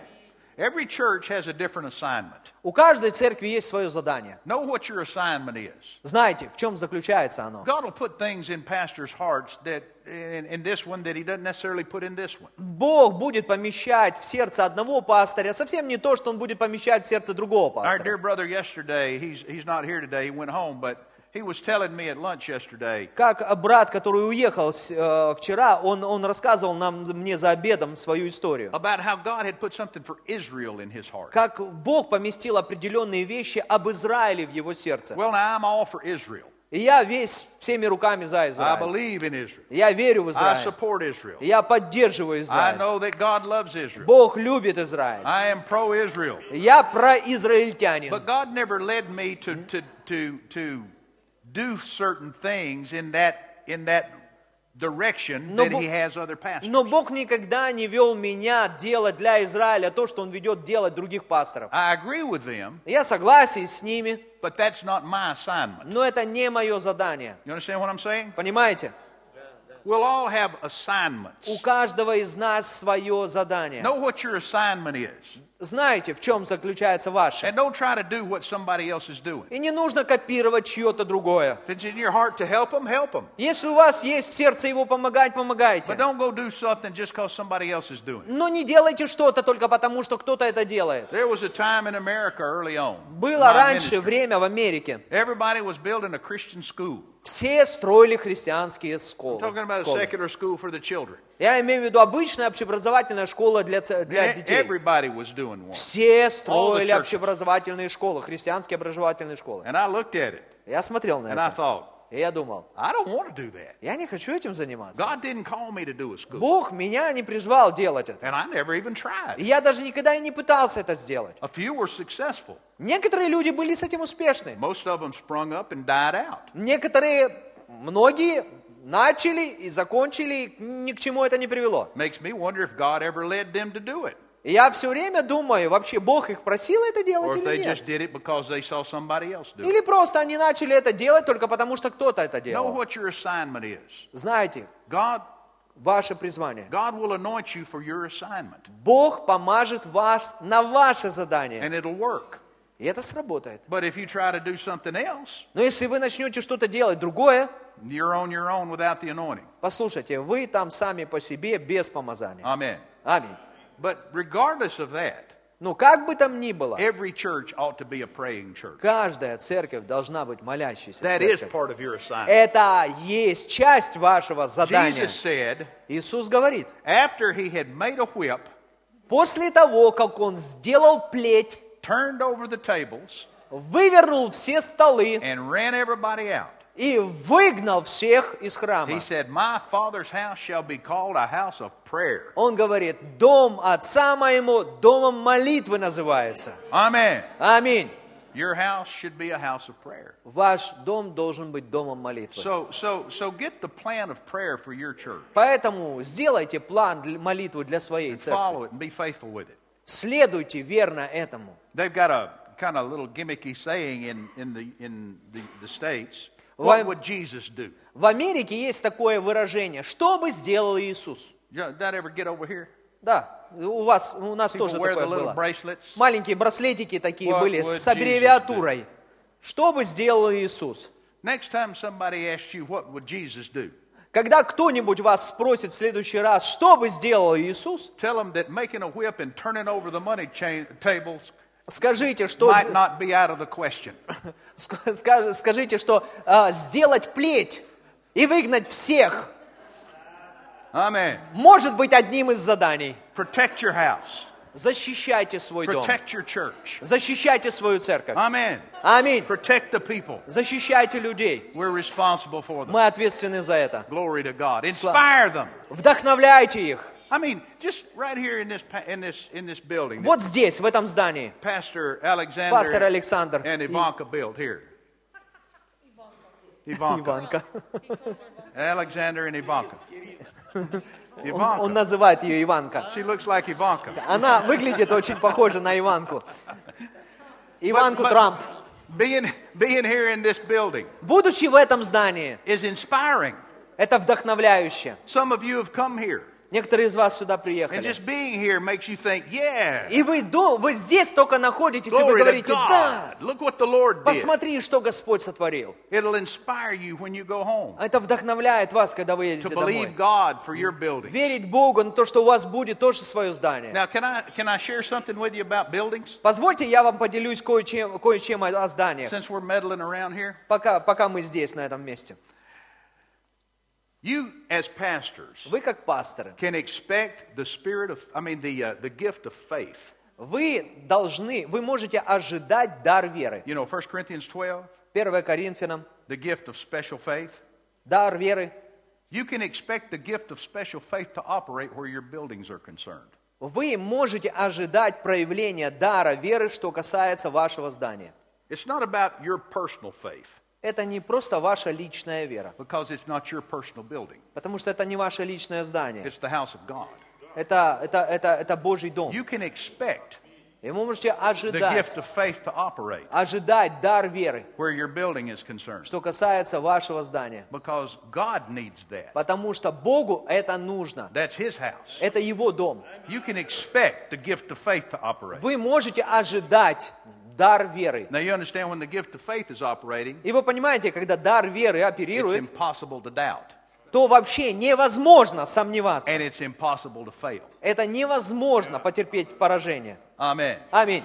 [SPEAKER 1] Every church has a different assignment.
[SPEAKER 2] У каждой церкви есть свое задание.
[SPEAKER 1] Know what your assignment is.
[SPEAKER 2] Знаете, в чем заключается оно?
[SPEAKER 1] God will put things in pastors' hearts that in, in this one that He doesn't necessarily put in this one.
[SPEAKER 2] Бог будет помещать в сердце одного пастыря совсем не то, что он будет помещать в сердце другого
[SPEAKER 1] Our dear
[SPEAKER 2] пастыря.
[SPEAKER 1] brother yesterday, he's he's not here today. He went home, but he was telling me at lunch yesterday
[SPEAKER 2] Как брат, который уехал с- э, вчера, он, он рассказывал нам, мне за обедом свою историю.
[SPEAKER 1] about how God had put something for Israel in his heart.
[SPEAKER 2] Как Бог поместил определенные вещи об Израиле в его сердце.
[SPEAKER 1] Well, now I'm all for Israel.
[SPEAKER 2] И я весь всеми руками за
[SPEAKER 1] I
[SPEAKER 2] Израиль.
[SPEAKER 1] believe in Israel.
[SPEAKER 2] Я верю в
[SPEAKER 1] I
[SPEAKER 2] Израиль.
[SPEAKER 1] support Israel.
[SPEAKER 2] Я поддерживаю
[SPEAKER 1] I
[SPEAKER 2] Израиль.
[SPEAKER 1] know that God loves Israel.
[SPEAKER 2] Бог любит Израиль.
[SPEAKER 1] I am pro Israel.
[SPEAKER 2] Я произраильтянин.
[SPEAKER 1] But God never led me to, to, to, to do certain things in that, in that direction
[SPEAKER 2] No,
[SPEAKER 1] that
[SPEAKER 2] but-
[SPEAKER 1] He has other pastors.
[SPEAKER 2] Но Бог никогда не вел меня делать для Израиля то, что Он ведет делать других пасторов.
[SPEAKER 1] I agree with them,
[SPEAKER 2] Я согласен с ними,
[SPEAKER 1] but that's not my assignment.
[SPEAKER 2] но это не мое задание.
[SPEAKER 1] You understand what I'm saying?
[SPEAKER 2] Понимаете?
[SPEAKER 1] We'll all have
[SPEAKER 2] У
[SPEAKER 1] assignments.
[SPEAKER 2] каждого из нас свое задание.
[SPEAKER 1] Know what your assignment is.
[SPEAKER 2] Знаете, в чем заключается ваше.
[SPEAKER 1] And don't try to do what somebody else is doing.
[SPEAKER 2] И не нужно копировать чье-то другое.
[SPEAKER 1] If it's in your heart to help them, help them.
[SPEAKER 2] Если у вас есть в сердце его помогать,
[SPEAKER 1] But
[SPEAKER 2] помогайте.
[SPEAKER 1] don't go do something just because somebody else is doing it.
[SPEAKER 2] Но не делайте что-то только потому, что кто-то это делает.
[SPEAKER 1] There was a time in America early on. in
[SPEAKER 2] Было
[SPEAKER 1] my
[SPEAKER 2] раньше
[SPEAKER 1] ministry,
[SPEAKER 2] время в Америке.
[SPEAKER 1] Everybody was building a Christian school.
[SPEAKER 2] Все строили христианские скол-
[SPEAKER 1] Talking about a
[SPEAKER 2] школы.
[SPEAKER 1] secular school for the children.
[SPEAKER 2] Я имею в виду обычная общеобразовательная школа для, ц- для
[SPEAKER 1] E-
[SPEAKER 2] детей.
[SPEAKER 1] Everybody was doing one.
[SPEAKER 2] Все
[SPEAKER 1] All the
[SPEAKER 2] строили
[SPEAKER 1] churches.
[SPEAKER 2] общеобразовательные школы, христианские образовательные школы.
[SPEAKER 1] And I looked at it
[SPEAKER 2] Я смотрел на
[SPEAKER 1] and I
[SPEAKER 2] это,
[SPEAKER 1] thought,
[SPEAKER 2] и я думал,
[SPEAKER 1] I don't want to do that.
[SPEAKER 2] я не хочу этим заниматься.
[SPEAKER 1] God didn't call me to do a school.
[SPEAKER 2] Бог меня не призвал делать это.
[SPEAKER 1] And I never even
[SPEAKER 2] И
[SPEAKER 1] tried.
[SPEAKER 2] я даже никогда и не пытался это сделать.
[SPEAKER 1] A few were successful.
[SPEAKER 2] Некоторые люди были с этим успешны.
[SPEAKER 1] Most of them sprung up and died out.
[SPEAKER 2] Некоторые, многие начали и закончили, и ни к чему это не привело.
[SPEAKER 1] Makes me wonder if God ever led them to do it.
[SPEAKER 2] И я все время думаю, вообще Бог их просил это делать
[SPEAKER 1] Or if
[SPEAKER 2] или
[SPEAKER 1] they
[SPEAKER 2] нет?
[SPEAKER 1] just did it because they saw somebody else do it.
[SPEAKER 2] Или просто они начали это делать только потому, что кто-то это
[SPEAKER 1] Know
[SPEAKER 2] делал.
[SPEAKER 1] what your assignment is.
[SPEAKER 2] Знаете,
[SPEAKER 1] God,
[SPEAKER 2] ваше призвание.
[SPEAKER 1] God will anoint you for your assignment,
[SPEAKER 2] Бог помажет вас на ваше задание.
[SPEAKER 1] and it'll work.
[SPEAKER 2] И это сработает.
[SPEAKER 1] But if you try to do something else,
[SPEAKER 2] Но если вы начнете что-то делать другое,
[SPEAKER 1] you're on your own without the anointing.
[SPEAKER 2] послушайте, вы там сами по себе без помазания.
[SPEAKER 1] Amen.
[SPEAKER 2] Аминь.
[SPEAKER 1] But regardless of that,
[SPEAKER 2] Ну, как бы там ни было,
[SPEAKER 1] every church ought to be a praying church.
[SPEAKER 2] каждая церковь должна быть молящейся
[SPEAKER 1] That is
[SPEAKER 2] церковью.
[SPEAKER 1] part of your assignment.
[SPEAKER 2] Это есть часть вашего задания.
[SPEAKER 1] Jesus said,
[SPEAKER 2] Иисус говорит,
[SPEAKER 1] after he had made a whip,
[SPEAKER 2] после того, как он сделал плеть,
[SPEAKER 1] turned over the tables,
[SPEAKER 2] вывернул все столы,
[SPEAKER 1] and ran everybody out,
[SPEAKER 2] и выгнал всех из храма.
[SPEAKER 1] he said, My Father's house shall be called a house of prayer.
[SPEAKER 2] Он говорит, дом отца моему, домом молитвы называется.
[SPEAKER 1] Amen.
[SPEAKER 2] Аминь.
[SPEAKER 1] Your house should be a house of prayer.
[SPEAKER 2] Ваш дом должен быть домом молитвы.
[SPEAKER 1] So, so, so get the plan of prayer for your church.
[SPEAKER 2] Поэтому сделайте план для- молитвы для своей церкви.
[SPEAKER 1] Follow it and be faithful with it.
[SPEAKER 2] Следуйте верно этому.
[SPEAKER 1] They've got a kind of little gimmicky saying in, in, the, in the, the States
[SPEAKER 2] Why-
[SPEAKER 1] What would Jesus do?
[SPEAKER 2] В Америке есть такое выражение, что бы сделал Иисус?
[SPEAKER 1] You know, Did that ever get over here?
[SPEAKER 2] Да, у вас, у нас
[SPEAKER 1] People
[SPEAKER 2] тоже
[SPEAKER 1] wear the
[SPEAKER 2] такое
[SPEAKER 1] little
[SPEAKER 2] было.
[SPEAKER 1] bracelets.
[SPEAKER 2] Маленькие браслетики такие
[SPEAKER 1] What
[SPEAKER 2] были
[SPEAKER 1] would
[SPEAKER 2] с
[SPEAKER 1] Jesus
[SPEAKER 2] аббревиатурой. Что бы сделал Иисус?
[SPEAKER 1] Next time somebody asks you, What would Jesus do?
[SPEAKER 2] Когда кто-нибудь вас спросит в следующий раз, что бы сделал Иисус,
[SPEAKER 1] Tell them that making a whip and turning over the money cha- tables
[SPEAKER 2] скажите, что,
[SPEAKER 1] might not be out of the question.
[SPEAKER 2] ск- скаж- скажите, что а, сделать плеть и выгнать всех
[SPEAKER 1] Amen.
[SPEAKER 2] может быть одним из заданий.
[SPEAKER 1] Protect your house,
[SPEAKER 2] Защищайте свой дом.
[SPEAKER 1] protect А- your church.
[SPEAKER 2] Защищайте свою церковь.
[SPEAKER 1] Amen.
[SPEAKER 2] Аминь.
[SPEAKER 1] Protect the people.
[SPEAKER 2] Защищайте людей.
[SPEAKER 1] We're responsible for them.
[SPEAKER 2] Мы ответственны за это.
[SPEAKER 1] Glory to God. Inspire them.
[SPEAKER 2] Вдохновляйте их.
[SPEAKER 1] I mean, just right here in this pa- in this in this building, that
[SPEAKER 2] Вот здесь, в этом здании.
[SPEAKER 1] Pastor Alexander
[SPEAKER 2] Пастор Александр
[SPEAKER 1] and
[SPEAKER 2] и
[SPEAKER 1] Ivanka built [LAUGHS] here. Ivanka,
[SPEAKER 2] Иванка.
[SPEAKER 1] Alexander and [LAUGHS] Ivanka.
[SPEAKER 2] Он, он
[SPEAKER 1] Ivanka.
[SPEAKER 2] называет ее Иванка.
[SPEAKER 1] She looks like Ivanka.
[SPEAKER 2] Она выглядит очень похоже на Иванку. Иванку
[SPEAKER 1] but-
[SPEAKER 2] Трамп.
[SPEAKER 1] Being being here in this building
[SPEAKER 2] Будучи в этом здании,
[SPEAKER 1] is inspiring.
[SPEAKER 2] это вдохновляюще.
[SPEAKER 1] Some of you have come here,
[SPEAKER 2] Некоторые из вас сюда
[SPEAKER 1] and
[SPEAKER 2] приехали.
[SPEAKER 1] just being here makes you think, "Yeah,
[SPEAKER 2] И вы, до, вы здесь только находитесь, и вы
[SPEAKER 1] glory to
[SPEAKER 2] говорите, да,
[SPEAKER 1] God. Look what the Lord did."
[SPEAKER 2] посмотри, что Господь сотворил.
[SPEAKER 1] It'll inspire you when you go home
[SPEAKER 2] Это вдохновляет вас, когда вы
[SPEAKER 1] to
[SPEAKER 2] едете домой.
[SPEAKER 1] believe God for your building.
[SPEAKER 2] Верить Богу на то, что у вас будет тоже свое здание.
[SPEAKER 1] Now, can I, can I share something with you about buildings?
[SPEAKER 2] Позвольте, я вам поделюсь кое-чем, кое-чем о, о зданиях,
[SPEAKER 1] Since we're meddling around here,
[SPEAKER 2] пока, пока мы здесь, на этом месте.
[SPEAKER 1] you as pastors
[SPEAKER 2] Вы как пасторы,
[SPEAKER 1] can expect the spirit of, I mean, the, uh, the gift of faith.
[SPEAKER 2] вы должны, вы можете ожидать дар веры.
[SPEAKER 1] You know, 1 Corinthians 12,
[SPEAKER 2] 1 Коринфянам,
[SPEAKER 1] the gift of special faith.
[SPEAKER 2] дар веры.
[SPEAKER 1] You can expect the gift of special faith to operate where your buildings are concerned.
[SPEAKER 2] Вы можете ожидать проявления дара веры, что касается вашего здания.
[SPEAKER 1] It's not about your personal faith
[SPEAKER 2] Это не просто ваша личная вера,
[SPEAKER 1] because it's not your personal building,
[SPEAKER 2] потому что это не ваше личное здание.
[SPEAKER 1] it's the house of God.
[SPEAKER 2] Это, это, это, это Божий дом.
[SPEAKER 1] You can expect
[SPEAKER 2] И вы можете
[SPEAKER 1] the
[SPEAKER 2] ожидать,
[SPEAKER 1] gift of faith to operate
[SPEAKER 2] ожидать дар веры,
[SPEAKER 1] where your building is concerned.
[SPEAKER 2] что касается вашего здания.
[SPEAKER 1] Because God needs that.
[SPEAKER 2] Потому что Богу это нужно.
[SPEAKER 1] That's His house.
[SPEAKER 2] Это Его дом.
[SPEAKER 1] You can expect the gift of faith to operate.
[SPEAKER 2] Вы можете ожидать дар веры.
[SPEAKER 1] Now, you understand when the gift of faith is operating,
[SPEAKER 2] И вы понимаете, когда дар веры
[SPEAKER 1] it's
[SPEAKER 2] оперирует,
[SPEAKER 1] impossible to doubt,
[SPEAKER 2] то вообще невозможно сомневаться.
[SPEAKER 1] and it's impossible to fail.
[SPEAKER 2] Это невозможно потерпеть поражение.
[SPEAKER 1] Amen.
[SPEAKER 2] Аминь.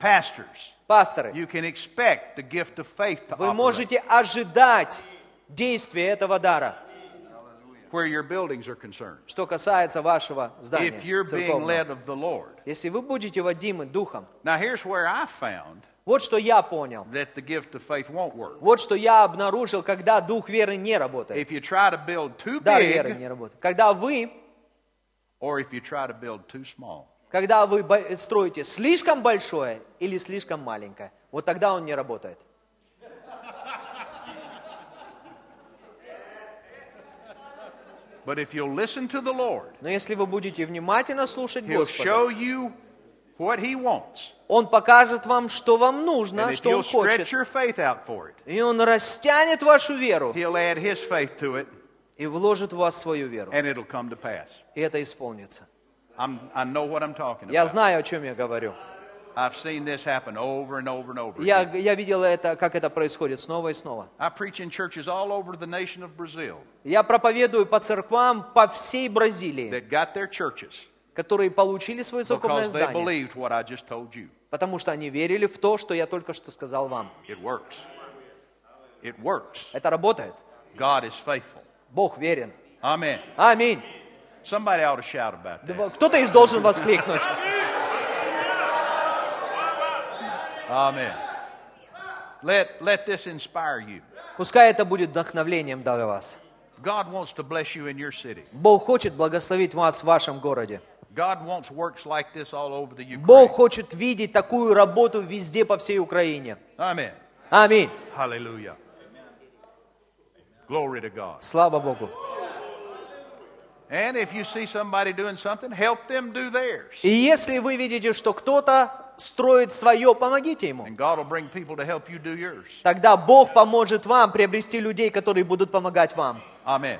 [SPEAKER 1] Pastors,
[SPEAKER 2] Пасторы,
[SPEAKER 1] you can expect the gift of faith to
[SPEAKER 2] вы
[SPEAKER 1] operate
[SPEAKER 2] можете ожидать действия этого дара,
[SPEAKER 1] where your buildings are concerned.
[SPEAKER 2] что касается вашего
[SPEAKER 1] If you're
[SPEAKER 2] здания
[SPEAKER 1] being
[SPEAKER 2] церковного.
[SPEAKER 1] led of the Lord.
[SPEAKER 2] Если вы будете водимы Духом,
[SPEAKER 1] Now, here's where I found
[SPEAKER 2] вот что я понял,
[SPEAKER 1] that the gift of faith won't work.
[SPEAKER 2] вот что я обнаружил, когда Дух веры не работает,
[SPEAKER 1] If you try to build too
[SPEAKER 2] дар веры
[SPEAKER 1] big
[SPEAKER 2] не работает. Когда вы,
[SPEAKER 1] or if you try to build too small.
[SPEAKER 2] когда вы бо- строите слишком большое или слишком маленькое, вот тогда он не работает.
[SPEAKER 1] But if you'll listen to the Lord,
[SPEAKER 2] Но если вы будете внимательно слушать
[SPEAKER 1] He'll
[SPEAKER 2] Господа,
[SPEAKER 1] show you what He wants.
[SPEAKER 2] Он покажет вам, что вам
[SPEAKER 1] And
[SPEAKER 2] нужно,
[SPEAKER 1] if
[SPEAKER 2] что
[SPEAKER 1] you'll
[SPEAKER 2] Он
[SPEAKER 1] stretch
[SPEAKER 2] хочет.
[SPEAKER 1] your faith out for it,
[SPEAKER 2] И Он растянет вашу веру
[SPEAKER 1] He'll add His faith to it,
[SPEAKER 2] и вложит в вас свою веру.
[SPEAKER 1] and it'll come to pass.
[SPEAKER 2] И это исполнится.
[SPEAKER 1] I'm, I know what I'm talking
[SPEAKER 2] Я
[SPEAKER 1] about.
[SPEAKER 2] знаю, о чем я говорю.
[SPEAKER 1] I've seen this happen over and over and over.
[SPEAKER 2] Я,
[SPEAKER 1] again.
[SPEAKER 2] я видел это, как это происходит снова и снова.
[SPEAKER 1] I preach in churches all over the nation of Brazil
[SPEAKER 2] Я проповедую по церквам по всей Бразилии,
[SPEAKER 1] that got their churches
[SPEAKER 2] которые получили свое церковное
[SPEAKER 1] because they
[SPEAKER 2] здание,
[SPEAKER 1] believed what I just told you.
[SPEAKER 2] потому что они верили в то, что я только что сказал вам.
[SPEAKER 1] It works. It works.
[SPEAKER 2] Это работает.
[SPEAKER 1] God is faithful.
[SPEAKER 2] Бог верен.
[SPEAKER 1] Amen.
[SPEAKER 2] Аминь.
[SPEAKER 1] Somebody ought to shout about that.
[SPEAKER 2] Да, Кто-то из должен воскликнуть.
[SPEAKER 1] Amen. Let, let this inspire you.
[SPEAKER 2] Пускай это будет вдохновлением для вас.
[SPEAKER 1] God wants to bless you in your city.
[SPEAKER 2] Бог хочет благословить вас в вашем городе.
[SPEAKER 1] God wants works like this all over the Ukraine.
[SPEAKER 2] Бог хочет видеть такую работу везде по всей Украине.
[SPEAKER 1] Amen.
[SPEAKER 2] Аминь.
[SPEAKER 1] Hallelujah. Glory to God.
[SPEAKER 2] Слава Богу.
[SPEAKER 1] And if you see somebody doing something, help them do theirs.
[SPEAKER 2] И если вы видите, что кто-то строит свое, помогите ему.
[SPEAKER 1] And God will bring people to help you do yours.
[SPEAKER 2] Тогда Бог поможет вам приобрести людей, которые будут помогать вам.
[SPEAKER 1] Amen.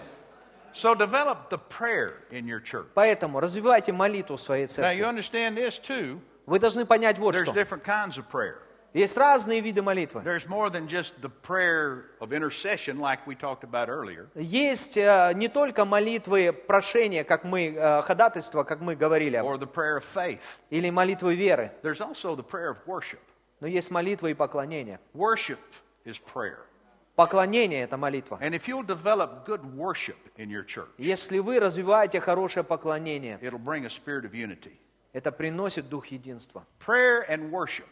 [SPEAKER 1] So develop the prayer in your church.
[SPEAKER 2] Поэтому развивайте молитву в своей
[SPEAKER 1] Now you
[SPEAKER 2] церкви.
[SPEAKER 1] understand this too.
[SPEAKER 2] Вы должны понять вот
[SPEAKER 1] There's
[SPEAKER 2] что.
[SPEAKER 1] different kinds of prayer.
[SPEAKER 2] Есть разные виды молитвы.
[SPEAKER 1] There's more than just the prayer of intercession like we talked about earlier.
[SPEAKER 2] Есть э, не только молитвы прошения, как мы, э, ходатайства, как мы говорили, об-
[SPEAKER 1] or the prayer of faith.
[SPEAKER 2] или молитвы веры,
[SPEAKER 1] There's also the prayer of worship.
[SPEAKER 2] но есть молитвы и поклонение.
[SPEAKER 1] Worship is prayer.
[SPEAKER 2] Поклонение – это молитва.
[SPEAKER 1] And if you'll develop good worship in your church,
[SPEAKER 2] Если вы развиваете хорошее поклонение,
[SPEAKER 1] it'll bring a spirit of unity.
[SPEAKER 2] это приносит дух единства.
[SPEAKER 1] Prayer and worship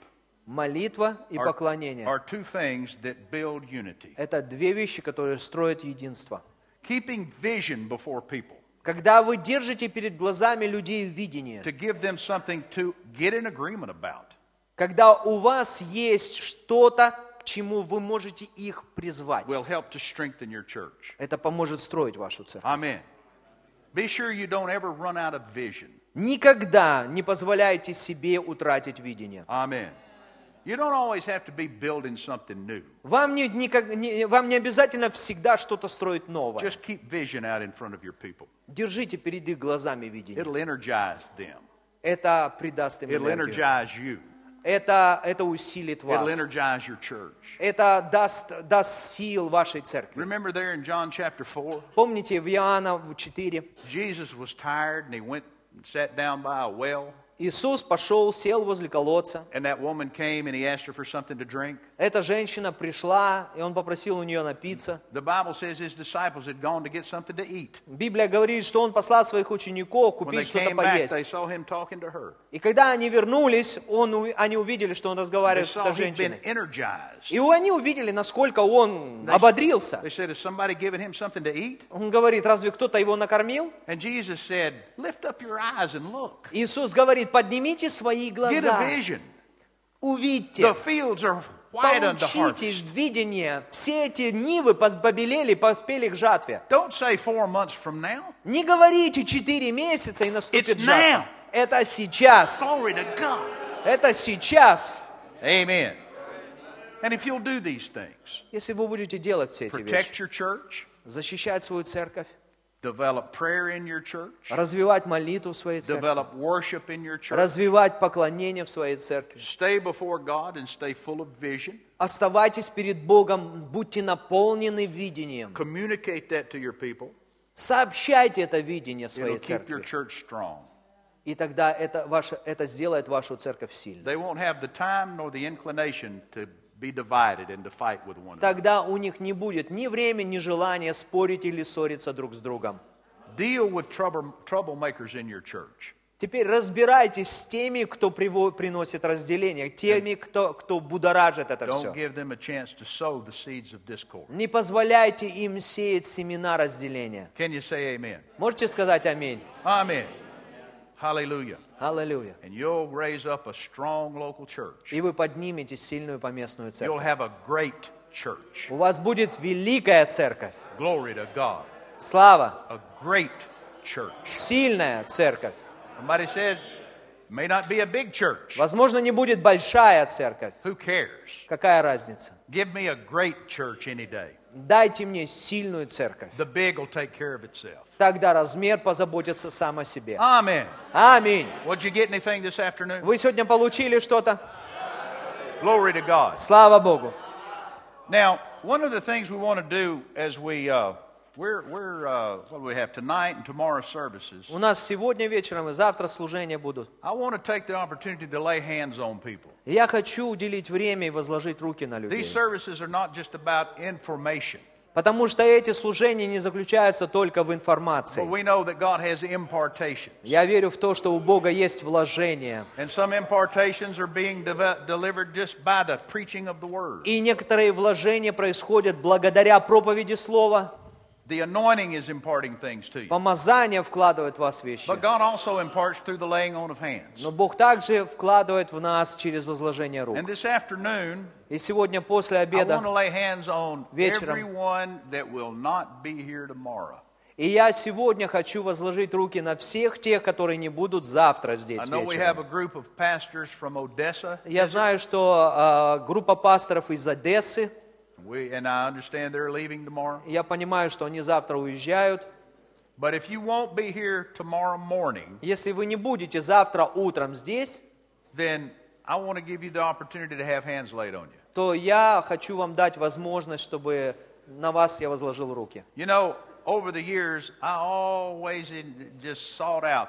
[SPEAKER 2] Молитва и
[SPEAKER 1] are,
[SPEAKER 2] поклонение
[SPEAKER 1] are two things that build unity.
[SPEAKER 2] – это две вещи, которые строят единство.
[SPEAKER 1] Keeping vision before people
[SPEAKER 2] Когда вы держите перед глазами людей видение,
[SPEAKER 1] to give them something to get in agreement about.
[SPEAKER 2] когда у вас есть что-то, к чему вы можете их призвать,
[SPEAKER 1] will help to strengthen your church.
[SPEAKER 2] это поможет строить вашу церковь.
[SPEAKER 1] Amen. Be sure you don't ever run out of vision.
[SPEAKER 2] Никогда не позволяйте себе утратить видение.
[SPEAKER 1] Amen. You don't always have to be building something new.
[SPEAKER 2] Вам не, никак- не- вам не обязательно всегда что-то строить новое.
[SPEAKER 1] Just keep vision out in front of your people.
[SPEAKER 2] Держите перед их глазами видение.
[SPEAKER 1] It'll energize them.
[SPEAKER 2] Это придаст им
[SPEAKER 1] It'll
[SPEAKER 2] энергию.
[SPEAKER 1] energize you.
[SPEAKER 2] Это, это усилит
[SPEAKER 1] It'll
[SPEAKER 2] вас.
[SPEAKER 1] energize your church.
[SPEAKER 2] Это даст, даст сил вашей церкви.
[SPEAKER 1] Remember there in John chapter 4,
[SPEAKER 2] Помните в Иоанна в 4?
[SPEAKER 1] Jesus was tired and he went and sat down by a well,
[SPEAKER 2] Иисус пошел, сел возле колодца.
[SPEAKER 1] and that woman came and he asked her for something to drink.
[SPEAKER 2] Эта женщина пришла, и он попросил у нее напиться.
[SPEAKER 1] The Bible says his disciples had gone to get something to eat.
[SPEAKER 2] Библия говорит, что он послал своих учеников
[SPEAKER 1] When they
[SPEAKER 2] купить что-то
[SPEAKER 1] came back,
[SPEAKER 2] поесть.
[SPEAKER 1] they saw him talking to her.
[SPEAKER 2] И когда они вернулись, он, у- они увидели, что он
[SPEAKER 1] They
[SPEAKER 2] разговаривает с
[SPEAKER 1] saw
[SPEAKER 2] этой
[SPEAKER 1] he'd been
[SPEAKER 2] женщиной.
[SPEAKER 1] energized.
[SPEAKER 2] И у- они увидели, насколько он ободрился.
[SPEAKER 1] They said, Is somebody giving him something to eat?
[SPEAKER 2] Он говорит, разве кто-то его накормил?
[SPEAKER 1] And Jesus said, Lift up your eyes and look.
[SPEAKER 2] Иисус говорит, поднимите свои
[SPEAKER 1] Get a
[SPEAKER 2] глаза,
[SPEAKER 1] vision. The
[SPEAKER 2] увидьте,
[SPEAKER 1] fields are white unto
[SPEAKER 2] получите
[SPEAKER 1] harvest.
[SPEAKER 2] видение. Все эти нивы пос- побелели, поспели к жатве.
[SPEAKER 1] Don't say four months from now.
[SPEAKER 2] Не говорите четыре месяца и наступит
[SPEAKER 1] It's
[SPEAKER 2] жатва.
[SPEAKER 1] now.
[SPEAKER 2] Это сейчас.
[SPEAKER 1] Glory to God.
[SPEAKER 2] Это сейчас.
[SPEAKER 1] Amen. And if you'll do these things,
[SPEAKER 2] Если вы будете делать все эти вещи,
[SPEAKER 1] protect your church,
[SPEAKER 2] защищать свою церковь,
[SPEAKER 1] develop prayer in your church,
[SPEAKER 2] развивать молитву в своей церкви,
[SPEAKER 1] develop worship in your church,
[SPEAKER 2] развивать поклонение в своей церкви,
[SPEAKER 1] stay before God and stay full of vision,
[SPEAKER 2] Mm-hmm. оставайтесь перед Богом, будьте наполнены видением,
[SPEAKER 1] communicate that to your people.
[SPEAKER 2] сообщайте это видение своей
[SPEAKER 1] It'll keep your
[SPEAKER 2] церкви,
[SPEAKER 1] church strong.
[SPEAKER 2] и тогда это, ваша, это сделает вашу церковь сильной.
[SPEAKER 1] They won't have the time nor the inclination to be divided and to fight with one another.
[SPEAKER 2] Тогда у них не будет ни времени, ни желания спорить или ссориться друг с другом.
[SPEAKER 1] Deal with trouble, troublemakers in your church.
[SPEAKER 2] Теперь разбирайтесь с теми, кто приво- приносит разделение, теми, кто, кто будоражит это
[SPEAKER 1] Don't
[SPEAKER 2] все.
[SPEAKER 1] give them a chance to sow the seeds of discord.
[SPEAKER 2] Не позволяйте им сеять семена разделения.
[SPEAKER 1] Can you say amen?
[SPEAKER 2] Можете сказать аминь?
[SPEAKER 1] Amen. Hallelujah.
[SPEAKER 2] Аллилуйя.
[SPEAKER 1] And you'll raise up a strong local church.
[SPEAKER 2] И вы поднимете сильную поместную
[SPEAKER 1] You'll
[SPEAKER 2] церковь.
[SPEAKER 1] have a great church.
[SPEAKER 2] У вас будет великая церковь.
[SPEAKER 1] Glory to God.
[SPEAKER 2] Слава.
[SPEAKER 1] A great church.
[SPEAKER 2] Сильная церковь.
[SPEAKER 1] Somebody says, may not be a big church.
[SPEAKER 2] Возможно, не будет большая церковь.
[SPEAKER 1] Who cares?
[SPEAKER 2] Какая разница?
[SPEAKER 1] Give me a great church any day.
[SPEAKER 2] Дайте мне сильную церковь.
[SPEAKER 1] The big will take care of itself.
[SPEAKER 2] Тогда размер позаботится сам о себе.
[SPEAKER 1] Amen.
[SPEAKER 2] Аминь.
[SPEAKER 1] Would you get anything this afternoon?
[SPEAKER 2] Вы сегодня получили что-то?
[SPEAKER 1] Glory to God.
[SPEAKER 2] Слава Богу.
[SPEAKER 1] Now, one of the things we want to do as we uh, we're we're uh, what do we have tonight and tomorrow services.
[SPEAKER 2] У нас сегодня вечером и завтра служения будут.
[SPEAKER 1] I want to take the opportunity to lay hands on people.
[SPEAKER 2] И Я хочу уделить время и возложить руки на людей.
[SPEAKER 1] These services are not just about information,
[SPEAKER 2] Потому что эти служения не заключаются только в
[SPEAKER 1] but
[SPEAKER 2] информации.
[SPEAKER 1] we know that God has impartation,
[SPEAKER 2] Я верю в то, что у Бога есть вложение.
[SPEAKER 1] and some impartations are being deve- delivered just by the preaching of the word.
[SPEAKER 2] И некоторые вложения происходят благодаря проповеди Слова.
[SPEAKER 1] The anointing is imparting things to you,
[SPEAKER 2] Помазание вкладывает в вас вещи.
[SPEAKER 1] but God also imparts through the laying on of hands.
[SPEAKER 2] Но Бог также вкладывает в нас через возложение рук.
[SPEAKER 1] And this afternoon,
[SPEAKER 2] И сегодня после
[SPEAKER 1] I want
[SPEAKER 2] обеда,
[SPEAKER 1] to lay hands on
[SPEAKER 2] Вечером.
[SPEAKER 1] everyone that will not be here tomorrow.
[SPEAKER 2] и я сегодня хочу возложить руки на всех тех, которые не будут завтра здесь
[SPEAKER 1] I know we
[SPEAKER 2] вечером.
[SPEAKER 1] have a group of pastors from Odessa,
[SPEAKER 2] Я знаю, что а, группа пасторов из Одессы,
[SPEAKER 1] we, and I understand they're leaving tomorrow.
[SPEAKER 2] я понимаю, что они завтра уезжают.
[SPEAKER 1] But if you won't be here tomorrow morning,
[SPEAKER 2] Если вы не будете завтра утром здесь,
[SPEAKER 1] then I want to give you the opportunity to have hands laid on you.
[SPEAKER 2] то я хочу вам дать возможность, чтобы на вас я возложил руки.
[SPEAKER 1] You know, over the years, I always in- just sought out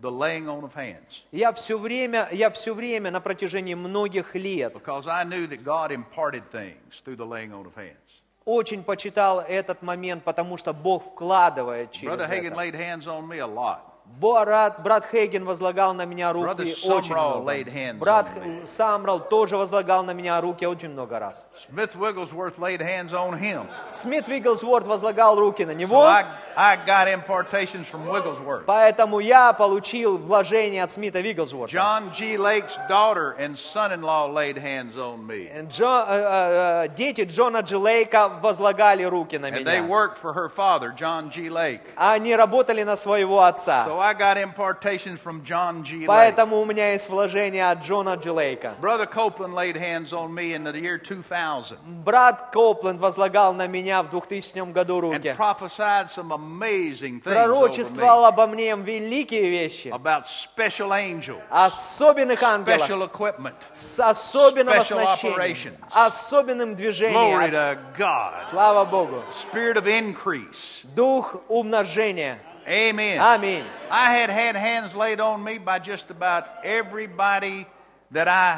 [SPEAKER 1] the laying on of hands
[SPEAKER 2] Я все время, я все время на протяжении многих лет
[SPEAKER 1] because I knew that God imparted things through the laying on of hands.
[SPEAKER 2] очень почитал этот момент, потому что Бог вкладывает через
[SPEAKER 1] Brother Hagin
[SPEAKER 2] это.
[SPEAKER 1] laid hands on me a lot.
[SPEAKER 2] Брат, брат Хейген возлагал на меня руки
[SPEAKER 1] Brother
[SPEAKER 2] очень
[SPEAKER 1] Sumrall
[SPEAKER 2] много.
[SPEAKER 1] laid hands
[SPEAKER 2] Брат
[SPEAKER 1] on me.
[SPEAKER 2] Самрал тоже возлагал на меня руки очень много раз.
[SPEAKER 1] Smith Wigglesworth laid hands on him.
[SPEAKER 2] Смит Вигглсворт возлагал руки на
[SPEAKER 1] So
[SPEAKER 2] него,
[SPEAKER 1] I, I got impartations from Wigglesworth.
[SPEAKER 2] поэтому я получил вложение от Смита Вигглсворта.
[SPEAKER 1] John G. Lake's daughter and son in law laid hands on me.
[SPEAKER 2] Джо- э, э, э, дети Джона Джилейка возлагали руки на
[SPEAKER 1] And they
[SPEAKER 2] меня.
[SPEAKER 1] worked for her father, John G. Lake.
[SPEAKER 2] Они работали на своего отца.
[SPEAKER 1] So I got impartations from John G. Lake.
[SPEAKER 2] Поэтому у меня есть вложение от Джона Джилейка.
[SPEAKER 1] Brother Copeland laid hands on me in the year 2000
[SPEAKER 2] Брат Копленд возлагал на меня в 2000 году
[SPEAKER 1] and
[SPEAKER 2] руки.
[SPEAKER 1] prophesied some amazing things over
[SPEAKER 2] Пророчествовал
[SPEAKER 1] me
[SPEAKER 2] обо мне великие вещи.
[SPEAKER 1] about special angels,
[SPEAKER 2] Ah, Особенных ангелов.
[SPEAKER 1] special equipment.
[SPEAKER 2] С особенным
[SPEAKER 1] special
[SPEAKER 2] оснащением.
[SPEAKER 1] operations.
[SPEAKER 2] Особенным
[SPEAKER 1] Glory
[SPEAKER 2] движением.
[SPEAKER 1] to God.
[SPEAKER 2] Слава Богу.
[SPEAKER 1] Spirit of increase.
[SPEAKER 2] Дух умножения.
[SPEAKER 1] Amen.
[SPEAKER 2] Аминь.
[SPEAKER 1] I had had hands laid on me by just about everybody that I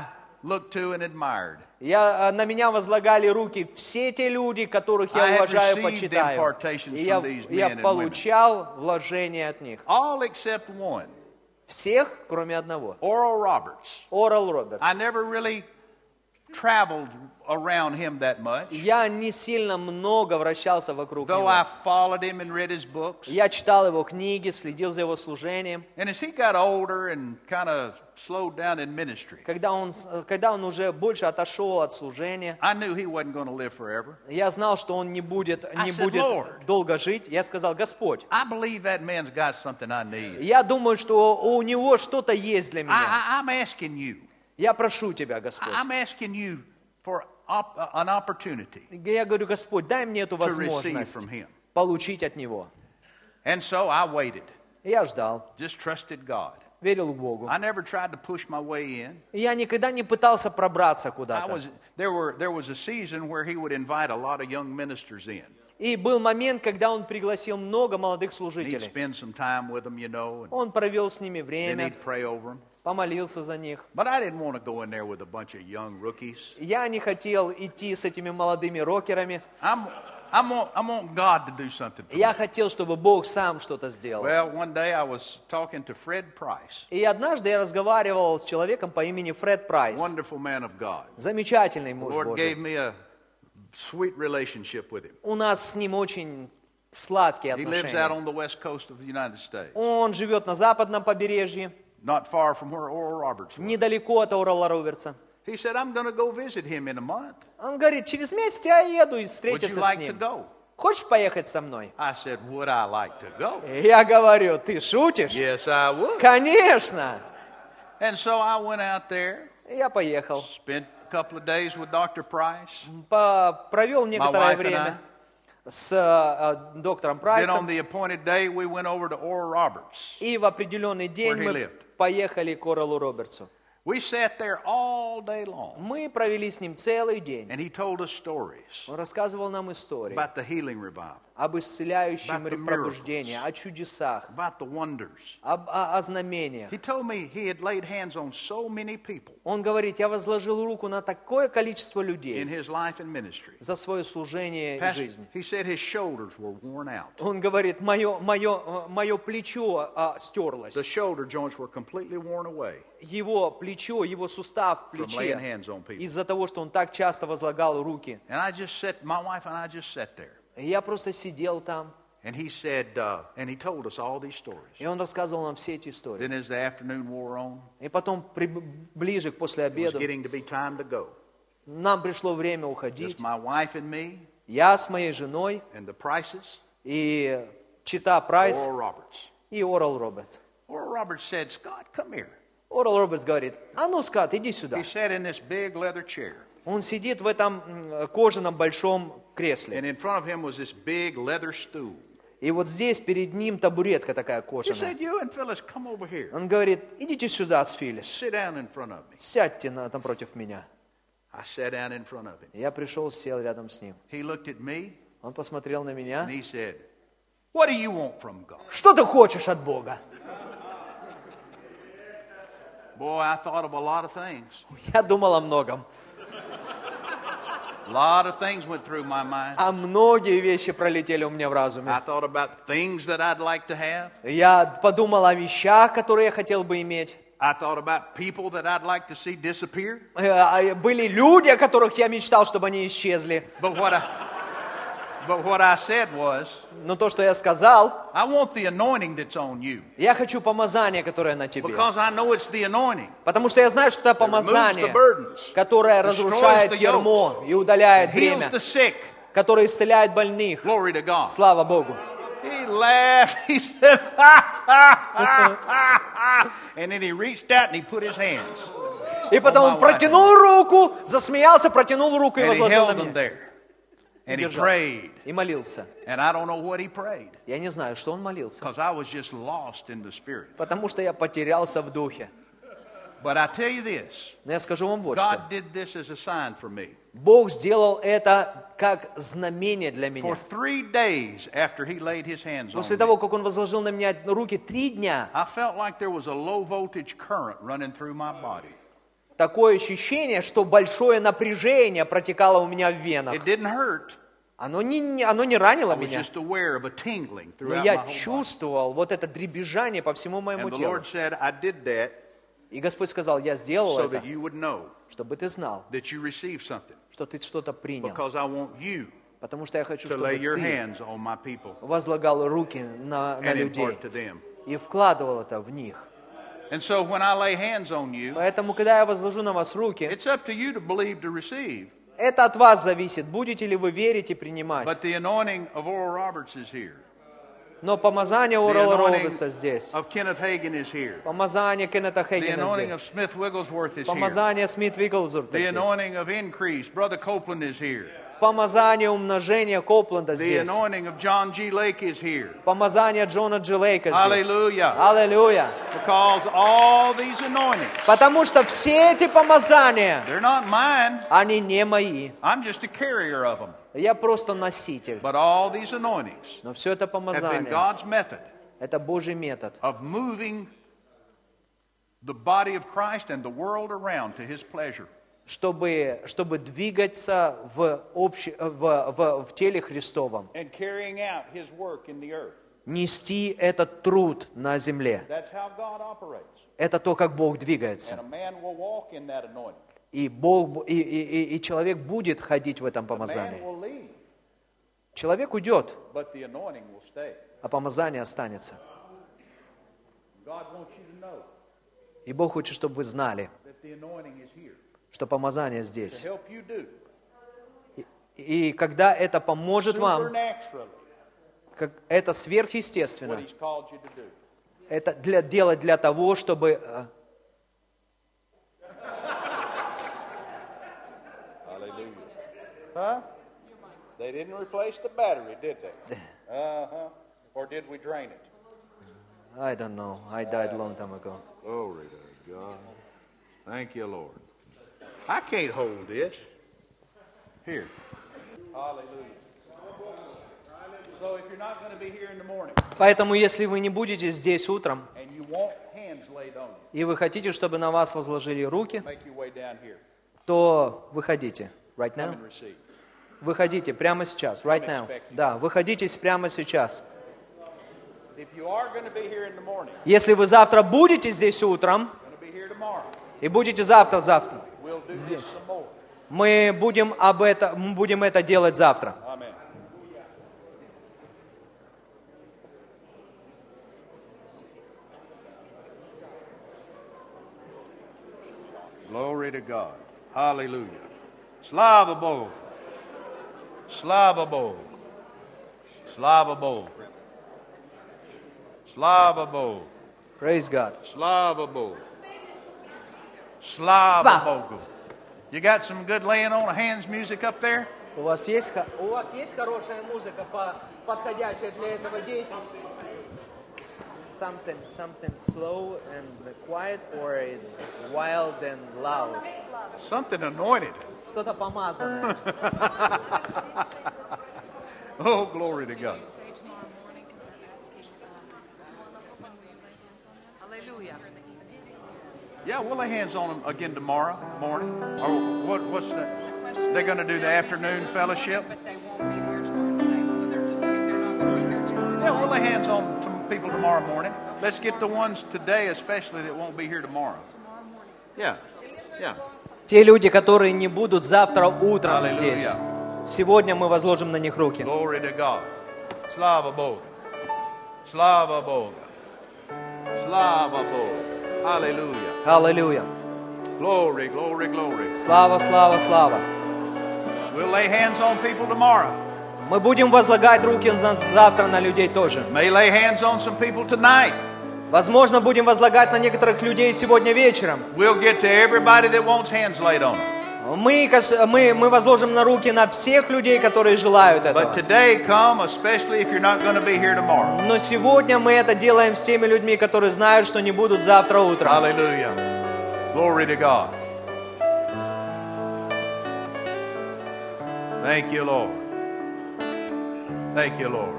[SPEAKER 1] looked to and admired.
[SPEAKER 2] Я, э, на меня возлагали руки все те люди, которых
[SPEAKER 1] I
[SPEAKER 2] я
[SPEAKER 1] have
[SPEAKER 2] уважаю,
[SPEAKER 1] received
[SPEAKER 2] почитаю.
[SPEAKER 1] impartations
[SPEAKER 2] И я,
[SPEAKER 1] from these
[SPEAKER 2] я
[SPEAKER 1] men and women.
[SPEAKER 2] получал вложения от них.
[SPEAKER 1] All except one,
[SPEAKER 2] Всех, кроме одного.
[SPEAKER 1] Oral Roberts.
[SPEAKER 2] Орал Роберт.
[SPEAKER 1] I never really traveled around him that much,
[SPEAKER 2] Я не сильно много вращался вокруг
[SPEAKER 1] though
[SPEAKER 2] него.
[SPEAKER 1] I followed him and read his books.
[SPEAKER 2] Я читал его книги, следил за его служением.
[SPEAKER 1] And as he got older and kind of slowed down in ministry,
[SPEAKER 2] Когда он, с- э, когда он уже больше отошел от служения,
[SPEAKER 1] I knew he wasn't going to live forever.
[SPEAKER 2] я знал, что он не будет,
[SPEAKER 1] I
[SPEAKER 2] не
[SPEAKER 1] said,
[SPEAKER 2] будет
[SPEAKER 1] "Lord."
[SPEAKER 2] долго жить. Я сказал, Господь,
[SPEAKER 1] I believe that man's got something I need.
[SPEAKER 2] я думаю, что у него что-то есть для меня.
[SPEAKER 1] I, I, I'm asking you.
[SPEAKER 2] Я прошу тебя, Господь.
[SPEAKER 1] I- I'm asking you for op- uh, an opportunity.
[SPEAKER 2] Я говорю, Господь, дай мне эту
[SPEAKER 1] To receive
[SPEAKER 2] возможность
[SPEAKER 1] from him.
[SPEAKER 2] получить от Него.
[SPEAKER 1] And so I waited,
[SPEAKER 2] Я ждал,
[SPEAKER 1] just trusted God.
[SPEAKER 2] верил Богу.
[SPEAKER 1] I never tried to push my way in.
[SPEAKER 2] Я никогда не пытался пробраться
[SPEAKER 1] I
[SPEAKER 2] куда-то.
[SPEAKER 1] was, there, were, there was a season where he would invite a lot of young ministers in.
[SPEAKER 2] И был момент, когда он пригласил много молодых
[SPEAKER 1] And he'd
[SPEAKER 2] служителей.
[SPEAKER 1] spend some time with them, you know,
[SPEAKER 2] Он провел с ними
[SPEAKER 1] and then
[SPEAKER 2] время,
[SPEAKER 1] he'd pray over them.
[SPEAKER 2] помолился за них.
[SPEAKER 1] But I didn't want to go in there with a bunch of young rookies.
[SPEAKER 2] Я не хотел идти с этими молодыми рокерами.
[SPEAKER 1] I'm, I'm, on, I'm on God to do something for me.
[SPEAKER 2] Я хотел, чтобы Бог сам что-то сделал.
[SPEAKER 1] Well, one day I was talking to Fred Price,
[SPEAKER 2] И однажды я разговаривал с человеком по имени Фред Прайс.
[SPEAKER 1] wonderful man of God.
[SPEAKER 2] Замечательный
[SPEAKER 1] The
[SPEAKER 2] муж
[SPEAKER 1] Lord
[SPEAKER 2] Божий.
[SPEAKER 1] gave me a sweet relationship with him.
[SPEAKER 2] У нас с ним очень сладкие
[SPEAKER 1] He lives out
[SPEAKER 2] отношения.
[SPEAKER 1] on the west coast of the United States,
[SPEAKER 2] Он живет на западном побережье,
[SPEAKER 1] not far from where Oral Roberts was.
[SPEAKER 2] недалеко от Орла Робертса.
[SPEAKER 1] He said, I'm going to go visit him in a month.
[SPEAKER 2] Он говорит, через месяц я еду
[SPEAKER 1] Would
[SPEAKER 2] и
[SPEAKER 1] you
[SPEAKER 2] встретиться с
[SPEAKER 1] like to
[SPEAKER 2] ним.
[SPEAKER 1] go?
[SPEAKER 2] Хочешь поехать со мной?
[SPEAKER 1] I said, Would I like to go?
[SPEAKER 2] Я говорю, ты шутишь?
[SPEAKER 1] Yes, I would.
[SPEAKER 2] Конечно!
[SPEAKER 1] And so I went out there,
[SPEAKER 2] Я поехал.
[SPEAKER 1] spent a couple of days with Dr. Price.
[SPEAKER 2] По- провел некоторое
[SPEAKER 1] wife and
[SPEAKER 2] время с э, э, доктором
[SPEAKER 1] Then on
[SPEAKER 2] Прайсом.
[SPEAKER 1] the appointed day, we went over to Oral Roberts.
[SPEAKER 2] И в определенный день
[SPEAKER 1] Where he
[SPEAKER 2] мы
[SPEAKER 1] lived.
[SPEAKER 2] поехали к Орелу Робертсу.
[SPEAKER 1] We sat there all day long,
[SPEAKER 2] Мы провели с ним целый день.
[SPEAKER 1] and he told us stories
[SPEAKER 2] Он рассказывал нам истории
[SPEAKER 1] about the healing revival,
[SPEAKER 2] об исцеляющем
[SPEAKER 1] about the miracles.
[SPEAKER 2] пробуждении, о чудесах,
[SPEAKER 1] about the wonders.
[SPEAKER 2] об- о- о знамениях.
[SPEAKER 1] He told me he had laid hands on so many people
[SPEAKER 2] Он говорит, я возложил руку на такое количество
[SPEAKER 1] in
[SPEAKER 2] людей
[SPEAKER 1] his life and ministry.
[SPEAKER 2] за свое служение и
[SPEAKER 1] Pastor-
[SPEAKER 2] жизнь.
[SPEAKER 1] he said his shoulders were worn out.
[SPEAKER 2] Он говорит, мое, мое, мое плечо а, стерлось.
[SPEAKER 1] The shoulder joints were completely worn away
[SPEAKER 2] Его плечо, его сустав в
[SPEAKER 1] from laying
[SPEAKER 2] плече
[SPEAKER 1] hands on people.
[SPEAKER 2] из-за того, что он так часто возлагал руки.
[SPEAKER 1] And I just sat, my wife and I just sat there.
[SPEAKER 2] И я просто сидел там,
[SPEAKER 1] And he said, uh, and he told us all these stories.
[SPEAKER 2] и он рассказывал нам все эти истории.
[SPEAKER 1] Then as the afternoon wore on,
[SPEAKER 2] И потом, при- ближе к после
[SPEAKER 1] it was
[SPEAKER 2] обеда,
[SPEAKER 1] getting to be time to go.
[SPEAKER 2] нам пришло время
[SPEAKER 1] Just
[SPEAKER 2] уходить.
[SPEAKER 1] my wife and me
[SPEAKER 2] Я с моей женой
[SPEAKER 1] and the Prices,
[SPEAKER 2] и Чита Прайс
[SPEAKER 1] Oral Roberts.
[SPEAKER 2] и Орал Робертс.
[SPEAKER 1] Oral Roberts said, Scott, come here.
[SPEAKER 2] Орал Робертс говорит, а ну, Скат, иди сюда.
[SPEAKER 1] He sat in this big leather chair.
[SPEAKER 2] Он сидит в этом м, кожаном большом кресле.
[SPEAKER 1] And in front of him was this big leather stool.
[SPEAKER 2] И вот здесь перед ним табуретка такая
[SPEAKER 1] He
[SPEAKER 2] кожаная.
[SPEAKER 1] said, you and Phyllis, come over here.
[SPEAKER 2] Он говорит, идите сюда с Филлис,
[SPEAKER 1] Sit down in front of me.
[SPEAKER 2] сядьте на, напротив меня.
[SPEAKER 1] I sat down in front of him.
[SPEAKER 2] Я пришел, сел рядом с ним.
[SPEAKER 1] He looked at me
[SPEAKER 2] Он посмотрел на меня.
[SPEAKER 1] and he said, What do you want from God?
[SPEAKER 2] Что ты хочешь от Бога?
[SPEAKER 1] Boy, I thought of a lot of things.
[SPEAKER 2] Я думал о многом.
[SPEAKER 1] A lot of things went through my mind.
[SPEAKER 2] А многие вещи пролетели у меня в
[SPEAKER 1] I
[SPEAKER 2] разуме.
[SPEAKER 1] thought about things that I'd like to have.
[SPEAKER 2] Я подумал о вещах, которые я хотел бы иметь.
[SPEAKER 1] I thought about people that I'd like to see disappear.
[SPEAKER 2] Э, а Были люди, о которых я мечтал, чтобы они исчезли.
[SPEAKER 1] But what I, but what I said was,
[SPEAKER 2] Но то, что я сказал,
[SPEAKER 1] I want the anointing that's on you
[SPEAKER 2] я хочу помазание, которое на тебе.
[SPEAKER 1] because I know it's the anointing
[SPEAKER 2] Потому что я знаю, что это
[SPEAKER 1] that removes the
[SPEAKER 2] помазание,
[SPEAKER 1] burdens,
[SPEAKER 2] которое разрушает
[SPEAKER 1] the
[SPEAKER 2] ермо и удаляет
[SPEAKER 1] heals
[SPEAKER 2] бремя,
[SPEAKER 1] the sick.
[SPEAKER 2] которое исцеляет больных.
[SPEAKER 1] Glory to God.
[SPEAKER 2] Слава Богу.
[SPEAKER 1] He laughed. [LAUGHS] He said, ha, ha, ha, ha, ha. And then he reached out and he put his hands.
[SPEAKER 2] И потом
[SPEAKER 1] my
[SPEAKER 2] он протянул руку, засмеялся, протянул руку и
[SPEAKER 1] And he
[SPEAKER 2] возложил на
[SPEAKER 1] held them
[SPEAKER 2] меня.
[SPEAKER 1] there. And he
[SPEAKER 2] Держал.
[SPEAKER 1] prayed.
[SPEAKER 2] И молился.
[SPEAKER 1] And I don't know what he prayed
[SPEAKER 2] Я не знаю, что он молился,
[SPEAKER 1] because I was just lost in the spirit.
[SPEAKER 2] потому что я потерялся в духе.
[SPEAKER 1] But I tell you this
[SPEAKER 2] Но я скажу вам вот что.
[SPEAKER 1] God did this as a sign for me.
[SPEAKER 2] Бог сделал это как знамение для
[SPEAKER 1] For
[SPEAKER 2] меня.
[SPEAKER 1] three days after he laid his hands on
[SPEAKER 2] После
[SPEAKER 1] me,
[SPEAKER 2] того, как он возложил на меня руки три дня,
[SPEAKER 1] I felt like there was a low voltage current running through my body.
[SPEAKER 2] такое ощущение, что большое напряжение протекало у меня в венах.
[SPEAKER 1] It didn't hurt.
[SPEAKER 2] Оно не- не, оно не ранило
[SPEAKER 1] I was
[SPEAKER 2] меня.
[SPEAKER 1] just aware of a tingling
[SPEAKER 2] Но
[SPEAKER 1] throughout my
[SPEAKER 2] я
[SPEAKER 1] whole body.
[SPEAKER 2] чувствовал вот это дребезжание по всему моему
[SPEAKER 1] And the
[SPEAKER 2] телу.
[SPEAKER 1] Lord said, I did that
[SPEAKER 2] И И Господь сказал, я сделал
[SPEAKER 1] so
[SPEAKER 2] это,
[SPEAKER 1] that you would know
[SPEAKER 2] чтобы ты знал,
[SPEAKER 1] that you received something.
[SPEAKER 2] что ты что-то принял.
[SPEAKER 1] Because I want you
[SPEAKER 2] Потому что я хочу,
[SPEAKER 1] to
[SPEAKER 2] чтобы
[SPEAKER 1] lay your
[SPEAKER 2] ты
[SPEAKER 1] hands on my people
[SPEAKER 2] возлагал руки на, на
[SPEAKER 1] and
[SPEAKER 2] людей
[SPEAKER 1] impart to them.
[SPEAKER 2] и вкладывал это в них.
[SPEAKER 1] And so when I lay hands on you,
[SPEAKER 2] Поэтому, когда я возложу на вас руки,
[SPEAKER 1] it's up to you to believe to receive.
[SPEAKER 2] это от вас зависит, будете ли вы верить и принимать.
[SPEAKER 1] But the anointing of Oral Roberts is here.
[SPEAKER 2] Но помазание
[SPEAKER 1] The
[SPEAKER 2] Орла Робертса
[SPEAKER 1] anointing
[SPEAKER 2] здесь,
[SPEAKER 1] of Kenneth Hagan is here.
[SPEAKER 2] помазание Кеннета
[SPEAKER 1] The
[SPEAKER 2] Хейгена
[SPEAKER 1] anointing of
[SPEAKER 2] здесь,
[SPEAKER 1] Smith Wigglesworth is here.
[SPEAKER 2] помазание Смит Вигглзурта
[SPEAKER 1] The
[SPEAKER 2] здесь,
[SPEAKER 1] anointing of increase, Brother Copeland is here.
[SPEAKER 2] помазание умножения Копленда
[SPEAKER 1] The
[SPEAKER 2] здесь,
[SPEAKER 1] anointing of John G. Lake is here.
[SPEAKER 2] помазание Джона Джилейка здесь. Ah.
[SPEAKER 1] Hallelujah.
[SPEAKER 2] Аллилуйя!
[SPEAKER 1] Because all these anointings,
[SPEAKER 2] Потому что все эти помазания,
[SPEAKER 1] they're not mine.
[SPEAKER 2] они не мои.
[SPEAKER 1] I'm just a carrier of them.
[SPEAKER 2] Я просто носитель.
[SPEAKER 1] But all these anointings
[SPEAKER 2] Но все это
[SPEAKER 1] have been
[SPEAKER 2] помазание,
[SPEAKER 1] God's method
[SPEAKER 2] это Божий метод.
[SPEAKER 1] of moving the body of Christ and the world around to his pleasure.
[SPEAKER 2] чтобы, чтобы двигаться в, обще- в, в, в теле Христовом,
[SPEAKER 1] and carrying out his work in the earth.
[SPEAKER 2] нести этот труд на земле.
[SPEAKER 1] That's how God operates.
[SPEAKER 2] Это то, как Бог
[SPEAKER 1] And
[SPEAKER 2] двигается.
[SPEAKER 1] a man will walk in that anointing.
[SPEAKER 2] И, Бог, бу- и, и, и- и человек будет ходить в этом
[SPEAKER 1] The man
[SPEAKER 2] помазании.
[SPEAKER 1] will leave,
[SPEAKER 2] Человек уйдет,
[SPEAKER 1] but the anointing will stay.
[SPEAKER 2] а помазание останется.
[SPEAKER 1] God wants you to know
[SPEAKER 2] И Бог хочет, чтобы вы знали,
[SPEAKER 1] that the anointing is here
[SPEAKER 2] что помазание
[SPEAKER 1] to
[SPEAKER 2] здесь.
[SPEAKER 1] help you do
[SPEAKER 2] И когда это поможет вам,
[SPEAKER 1] supernaturally
[SPEAKER 2] как это
[SPEAKER 1] what
[SPEAKER 2] сверхъестественно,
[SPEAKER 1] he's called you to do.
[SPEAKER 2] это для, делать для того, чтобы... э,
[SPEAKER 1] Hallelujah. Huh? They didn't replace the battery, did [LAUGHS] they? Uh huh. Or did we drain it?
[SPEAKER 2] I don't know, I died long time ago.
[SPEAKER 1] Glory to God. Thank you, Lord. I can't hold this. Here. Hallelujah. So if you're not going to be here in the morning
[SPEAKER 2] Поэтому, если вы не будете здесь утром,
[SPEAKER 1] and you want hands laid on you,
[SPEAKER 2] и вы хотите, чтобы на вас возложили руки,
[SPEAKER 1] make your way down here.
[SPEAKER 2] то выходите. Right
[SPEAKER 1] Come
[SPEAKER 2] now.
[SPEAKER 1] and receive.
[SPEAKER 2] Выходите прямо сейчас. Right now. Да, выходите прямо сейчас.
[SPEAKER 1] If you are going to be here in the morning,
[SPEAKER 2] Если вы завтра будете здесь утром
[SPEAKER 1] going to be here tomorrow,
[SPEAKER 2] и будете завтра-завтра,
[SPEAKER 1] we'll do this some more.
[SPEAKER 2] мы будем, об это, мы будем это делать завтра.
[SPEAKER 1] Amen. Glory to God. Hallelujah. Slava Bogu. Slava Bogu. Slava Bogu. Slava Bogu.
[SPEAKER 2] Praise God.
[SPEAKER 1] Slava Bogu. Slava Bogu. You got some good laying on of hands music up there?
[SPEAKER 2] У вас есть, хо- у вас есть хорошая музыка, по- подходящая для этого действия? Something, something slow and quiet, or it's wild and loud.
[SPEAKER 1] Something anointed.
[SPEAKER 2] Что-то помазанное.
[SPEAKER 1] Oh, glory to God.
[SPEAKER 3] say tomorrow morning because the sales people will. Hallelujah.
[SPEAKER 1] Yeah, we'll lay hands on them again tomorrow morning. Or what, what's that? They're going to do the afternoon fellowship.
[SPEAKER 3] But they won't be here tomorrow night, so they're just, they're not going to be here tomorrow.
[SPEAKER 1] Yeah, we'll lay hands on some people tomorrow morning. Let's get the ones today, especially that won't be here tomorrow. Yeah, yeah.
[SPEAKER 2] Те люди, которые не будут завтра утром
[SPEAKER 1] Аллилуйя.
[SPEAKER 2] здесь, сегодня мы возложим на них руки.
[SPEAKER 1] Glory to God. Slava Boga. Slava Boga. Slava Boga. Hallelujah.
[SPEAKER 2] Аллилуйя.
[SPEAKER 1] Glory, glory, glory.
[SPEAKER 2] Слава, слава, слава.
[SPEAKER 1] We'll lay hands on people tomorrow.
[SPEAKER 2] Мы будем возлагать руки на- завтра на людей тоже.
[SPEAKER 1] May lay hands on some people tonight.
[SPEAKER 2] Возможно, будем возлагать на некоторых людей сегодня вечером.
[SPEAKER 1] We'll get to everybody that wants hands laid on them.
[SPEAKER 2] Мы, кос- мы, мы возложим на руки на всех людей, которые желают
[SPEAKER 1] But
[SPEAKER 2] этого.
[SPEAKER 1] today, come, especially if you're not going to be here tomorrow.
[SPEAKER 2] Но сегодня мы это делаем с теми людьми, которые знают, что не будут завтра утром.
[SPEAKER 1] Hallelujah. Glory to God. Thank you, Lord. Thank you, Lord.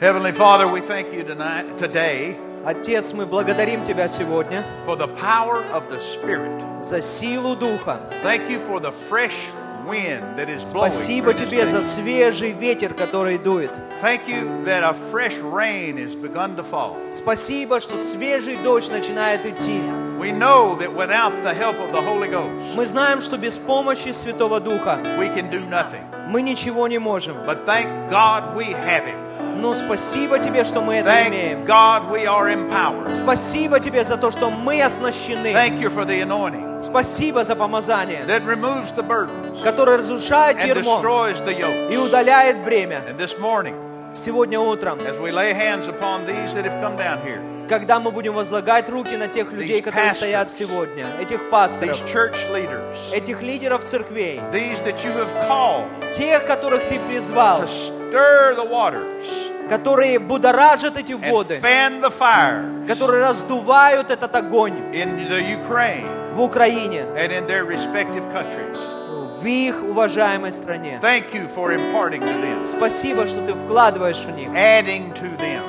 [SPEAKER 1] Heavenly Father, we thank you tonight, today,
[SPEAKER 2] Отец, мы благодарим Тебя сегодня
[SPEAKER 1] for the power of the Spirit.
[SPEAKER 2] за силу Духа.
[SPEAKER 1] Thank you for the fresh wind that is blowing.
[SPEAKER 2] Спасибо
[SPEAKER 1] through this
[SPEAKER 2] тебе за
[SPEAKER 1] thing.
[SPEAKER 2] свежий ветер, который дует.
[SPEAKER 1] Thank you that a fresh rain has begun to fall.
[SPEAKER 2] Спасибо, что свежий дождь начинает идти.
[SPEAKER 1] We know that without the help of the Holy Ghost,
[SPEAKER 2] Мы знаем, что без помощи Святого Духа
[SPEAKER 1] we can do nothing.
[SPEAKER 2] мы ничего не можем.
[SPEAKER 1] But thank God we have Him.
[SPEAKER 2] Но спасибо тебе, что мы это
[SPEAKER 1] Thank
[SPEAKER 2] имеем.
[SPEAKER 1] God we are empowered.
[SPEAKER 2] Спасибо тебе за то, что мы оснащены.
[SPEAKER 1] Thank you for the anointing
[SPEAKER 2] Спасибо за помазание,
[SPEAKER 1] that removes the burdens
[SPEAKER 2] которое разрушает
[SPEAKER 1] and
[SPEAKER 2] ермо
[SPEAKER 1] destroys the yoke.
[SPEAKER 2] и удаляет бремя.
[SPEAKER 1] And this morning,
[SPEAKER 2] Сегодня утром,
[SPEAKER 1] as we lay hands upon these that have come down here,
[SPEAKER 2] когда мы будем возлагать руки на тех людей, которые стоят сегодня, этих пасторов,
[SPEAKER 1] these church leaders,
[SPEAKER 2] этих лидеров церквей,
[SPEAKER 1] these that you have called
[SPEAKER 2] тех, которых ты призвал,
[SPEAKER 1] to stir the waters
[SPEAKER 2] которые будоражат эти
[SPEAKER 1] and
[SPEAKER 2] воды,
[SPEAKER 1] fan the fire
[SPEAKER 2] которые раздувают этот огонь
[SPEAKER 1] in the Ukraine
[SPEAKER 2] в Украине,
[SPEAKER 1] and in their respective countries.
[SPEAKER 2] в их уважаемой стране.
[SPEAKER 1] Thank you for imparting to them,
[SPEAKER 2] Спасибо, что ты вкладываешь в них,
[SPEAKER 1] adding to them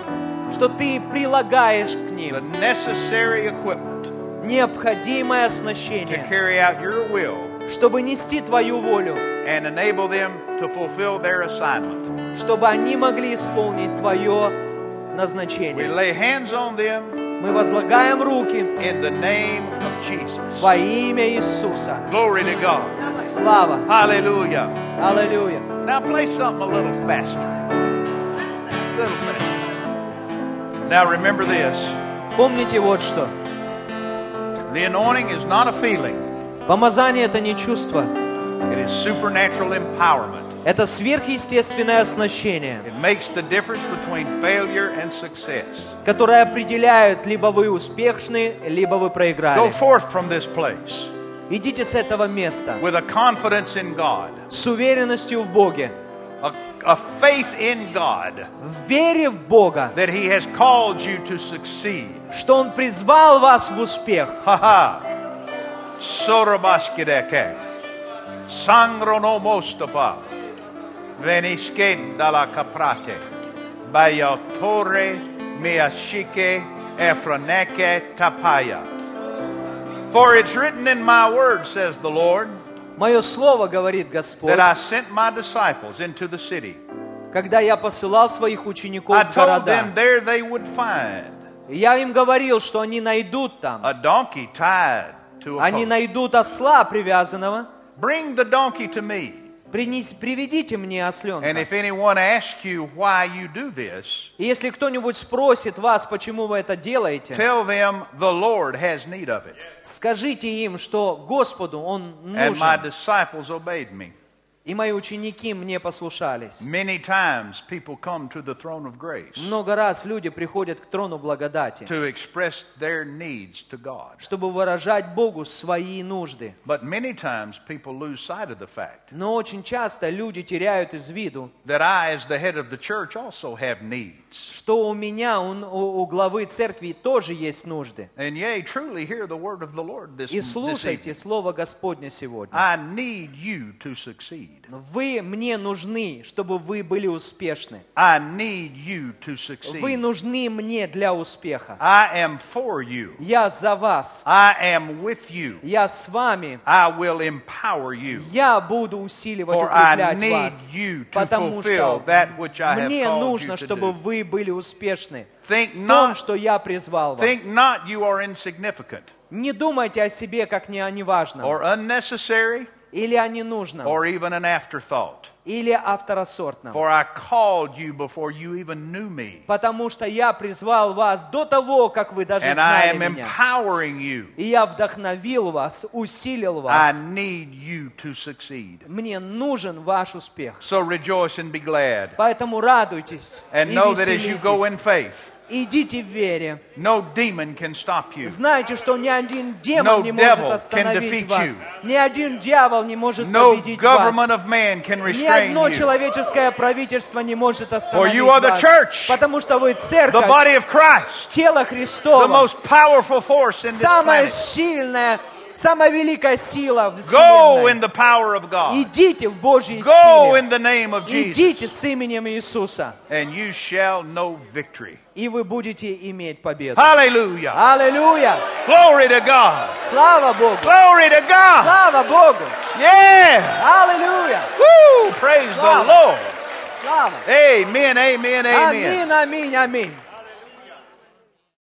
[SPEAKER 2] что ты прилагаешь к
[SPEAKER 1] the
[SPEAKER 2] ним
[SPEAKER 1] necessary equipment
[SPEAKER 2] необходимое
[SPEAKER 1] to
[SPEAKER 2] оснащение,
[SPEAKER 1] carry out your will
[SPEAKER 2] чтобы нести твою волю,
[SPEAKER 1] and enable them to fulfill their assignment.
[SPEAKER 2] чтобы они могли исполнить твое
[SPEAKER 1] We
[SPEAKER 2] назначение.
[SPEAKER 1] lay hands on them
[SPEAKER 2] Мы возлагаем руки
[SPEAKER 1] in the name of Jesus.
[SPEAKER 2] во имя Иисуса.
[SPEAKER 1] Glory to God.
[SPEAKER 2] Слава!
[SPEAKER 1] Hallelujah.
[SPEAKER 2] Аллилуйя!
[SPEAKER 1] Now play something a little faster. A little faster. Now remember this
[SPEAKER 2] Помните вот что.
[SPEAKER 1] the anointing is not a feeling,
[SPEAKER 2] Помазание – это не чувство,
[SPEAKER 1] it is supernatural empowerment.
[SPEAKER 2] это сверхъестественное оснащение,
[SPEAKER 1] It makes the difference between failure and success.
[SPEAKER 2] которое определяет, либо вы успешны, либо вы
[SPEAKER 1] Go
[SPEAKER 2] проиграли.
[SPEAKER 1] forth from this place
[SPEAKER 2] Идите с этого места
[SPEAKER 1] with a confidence in God,
[SPEAKER 2] с уверенностью в Боге,
[SPEAKER 1] a, a faith in God
[SPEAKER 2] в вере в Бога,
[SPEAKER 1] that He has called you to succeed.
[SPEAKER 2] что Он призвал вас в успех.
[SPEAKER 1] Ha ha. Sorobashkideke. Sangronomostapa. Venishke dalla caprate. Bayatore meashike efraneke tapaya. For it's written in my word, says the Lord,
[SPEAKER 2] Мое слово, говорит Господь,
[SPEAKER 1] that I sent my disciples into the city.
[SPEAKER 2] когда я посылал своих учеников
[SPEAKER 1] I
[SPEAKER 2] в
[SPEAKER 1] told them
[SPEAKER 2] города,
[SPEAKER 1] there they would find
[SPEAKER 2] я им говорил, что они найдут там,
[SPEAKER 1] a donkey tied to a
[SPEAKER 2] они
[SPEAKER 1] post.
[SPEAKER 2] найдут осла привязанного,
[SPEAKER 1] Bring the donkey to me.
[SPEAKER 2] Принес- приведите мне
[SPEAKER 1] And
[SPEAKER 2] осленка.
[SPEAKER 1] if anyone asks you why you do this,
[SPEAKER 2] И если кто-нибудь спросит вас, почему вы это делаете,
[SPEAKER 1] tell them the Lord has need of it.
[SPEAKER 2] скажите им, что Господу Он
[SPEAKER 1] And my
[SPEAKER 2] нужен.
[SPEAKER 1] disciples obeyed me.
[SPEAKER 2] И мои ученики мне послушались.
[SPEAKER 1] Many times people come to the throne of grace
[SPEAKER 2] Много раз люди приходят к трону благодати,
[SPEAKER 1] to express their needs to God.
[SPEAKER 2] чтобы выражать Богу свои нужды.
[SPEAKER 1] But many times people lose sight of the fact
[SPEAKER 2] Но очень часто люди теряют из виду,
[SPEAKER 1] that I, as the head of the church, also have needs.
[SPEAKER 2] что у меня, у, у- у главы церкви тоже есть нужды.
[SPEAKER 1] And yea, truly hear the word of the Lord this,
[SPEAKER 2] И
[SPEAKER 1] this evening.
[SPEAKER 2] слушайте Слово Господне сегодня.
[SPEAKER 1] I need you to succeed.
[SPEAKER 2] Вы мне нужны, чтобы вы были успешны.
[SPEAKER 1] I need you to
[SPEAKER 2] Вы
[SPEAKER 1] succeed.
[SPEAKER 2] нужны мне для успеха.
[SPEAKER 1] I am for you.
[SPEAKER 2] Я за вас.
[SPEAKER 1] I am with you.
[SPEAKER 2] Я с вами.
[SPEAKER 1] I will empower you.
[SPEAKER 2] Я буду усиливать,
[SPEAKER 1] For I
[SPEAKER 2] укреплять
[SPEAKER 1] need
[SPEAKER 2] вас.
[SPEAKER 1] you to
[SPEAKER 2] Потому
[SPEAKER 1] fulfill
[SPEAKER 2] что
[SPEAKER 1] that which I have
[SPEAKER 2] мне
[SPEAKER 1] called
[SPEAKER 2] нужно,
[SPEAKER 1] you to
[SPEAKER 2] чтобы
[SPEAKER 1] do.
[SPEAKER 2] вы были успешны
[SPEAKER 1] Think
[SPEAKER 2] в том,
[SPEAKER 1] not,
[SPEAKER 2] что я призвал вас.
[SPEAKER 1] think not you are insignificant
[SPEAKER 2] Не думайте о себе как не о неважном,
[SPEAKER 1] or unnecessary
[SPEAKER 2] или о ненужном,
[SPEAKER 1] or even an afterthought.
[SPEAKER 2] или о второсортном.
[SPEAKER 1] For I called you before you even knew me.
[SPEAKER 2] Потому что я призвал вас до того, как вы даже
[SPEAKER 1] And I am
[SPEAKER 2] знали меня.
[SPEAKER 1] empowering you.
[SPEAKER 2] И я вдохновил вас, усилил вас.
[SPEAKER 1] I need you to succeed.
[SPEAKER 2] Мне нужен ваш успех.
[SPEAKER 1] So rejoice and be glad.
[SPEAKER 2] Поэтому радуйтесь
[SPEAKER 1] And
[SPEAKER 2] и
[SPEAKER 1] know that as you go in
[SPEAKER 2] веселитесь.
[SPEAKER 1] faith,
[SPEAKER 2] Идите в вере.
[SPEAKER 1] no demon can stop you.
[SPEAKER 2] Знайте, что ни один демон
[SPEAKER 1] No
[SPEAKER 2] не может
[SPEAKER 1] devil can defeat
[SPEAKER 2] остановить вас.
[SPEAKER 1] you.
[SPEAKER 2] Ни один дьявол не может
[SPEAKER 1] No
[SPEAKER 2] победить
[SPEAKER 1] government
[SPEAKER 2] вас.
[SPEAKER 1] of man can
[SPEAKER 2] Ни
[SPEAKER 1] restrain
[SPEAKER 2] одно
[SPEAKER 1] you.
[SPEAKER 2] человеческое правительство не может остановить
[SPEAKER 1] you are the
[SPEAKER 2] вас.
[SPEAKER 1] church,
[SPEAKER 2] потому что вы
[SPEAKER 1] The
[SPEAKER 2] церковь,
[SPEAKER 1] body of Christ,
[SPEAKER 2] тело
[SPEAKER 1] the
[SPEAKER 2] Христово,
[SPEAKER 1] most powerful force in this
[SPEAKER 2] самое
[SPEAKER 1] planet,
[SPEAKER 2] сильное Самая великая сила в
[SPEAKER 1] Go
[SPEAKER 2] вселенной.
[SPEAKER 1] in the power of God.
[SPEAKER 2] Идите в Божьей
[SPEAKER 1] Go
[SPEAKER 2] силе.
[SPEAKER 1] in the name of Jesus,
[SPEAKER 2] Идите с именем Иисуса,
[SPEAKER 1] and you shall know victory.
[SPEAKER 2] и вы будете иметь победу. Ah.
[SPEAKER 1] Hallelujah.
[SPEAKER 2] Аллилуйя!
[SPEAKER 1] Glory to God.
[SPEAKER 2] Слава Богу!
[SPEAKER 1] Glory to God.
[SPEAKER 2] Слава Богу!
[SPEAKER 1] Yeah.
[SPEAKER 2] Аллилуйя!
[SPEAKER 1] Woo. Praise the
[SPEAKER 2] Слава.
[SPEAKER 1] Lord.
[SPEAKER 2] Слава!
[SPEAKER 1] Amen, amen, amen.
[SPEAKER 2] Аминь, аминь, аминь.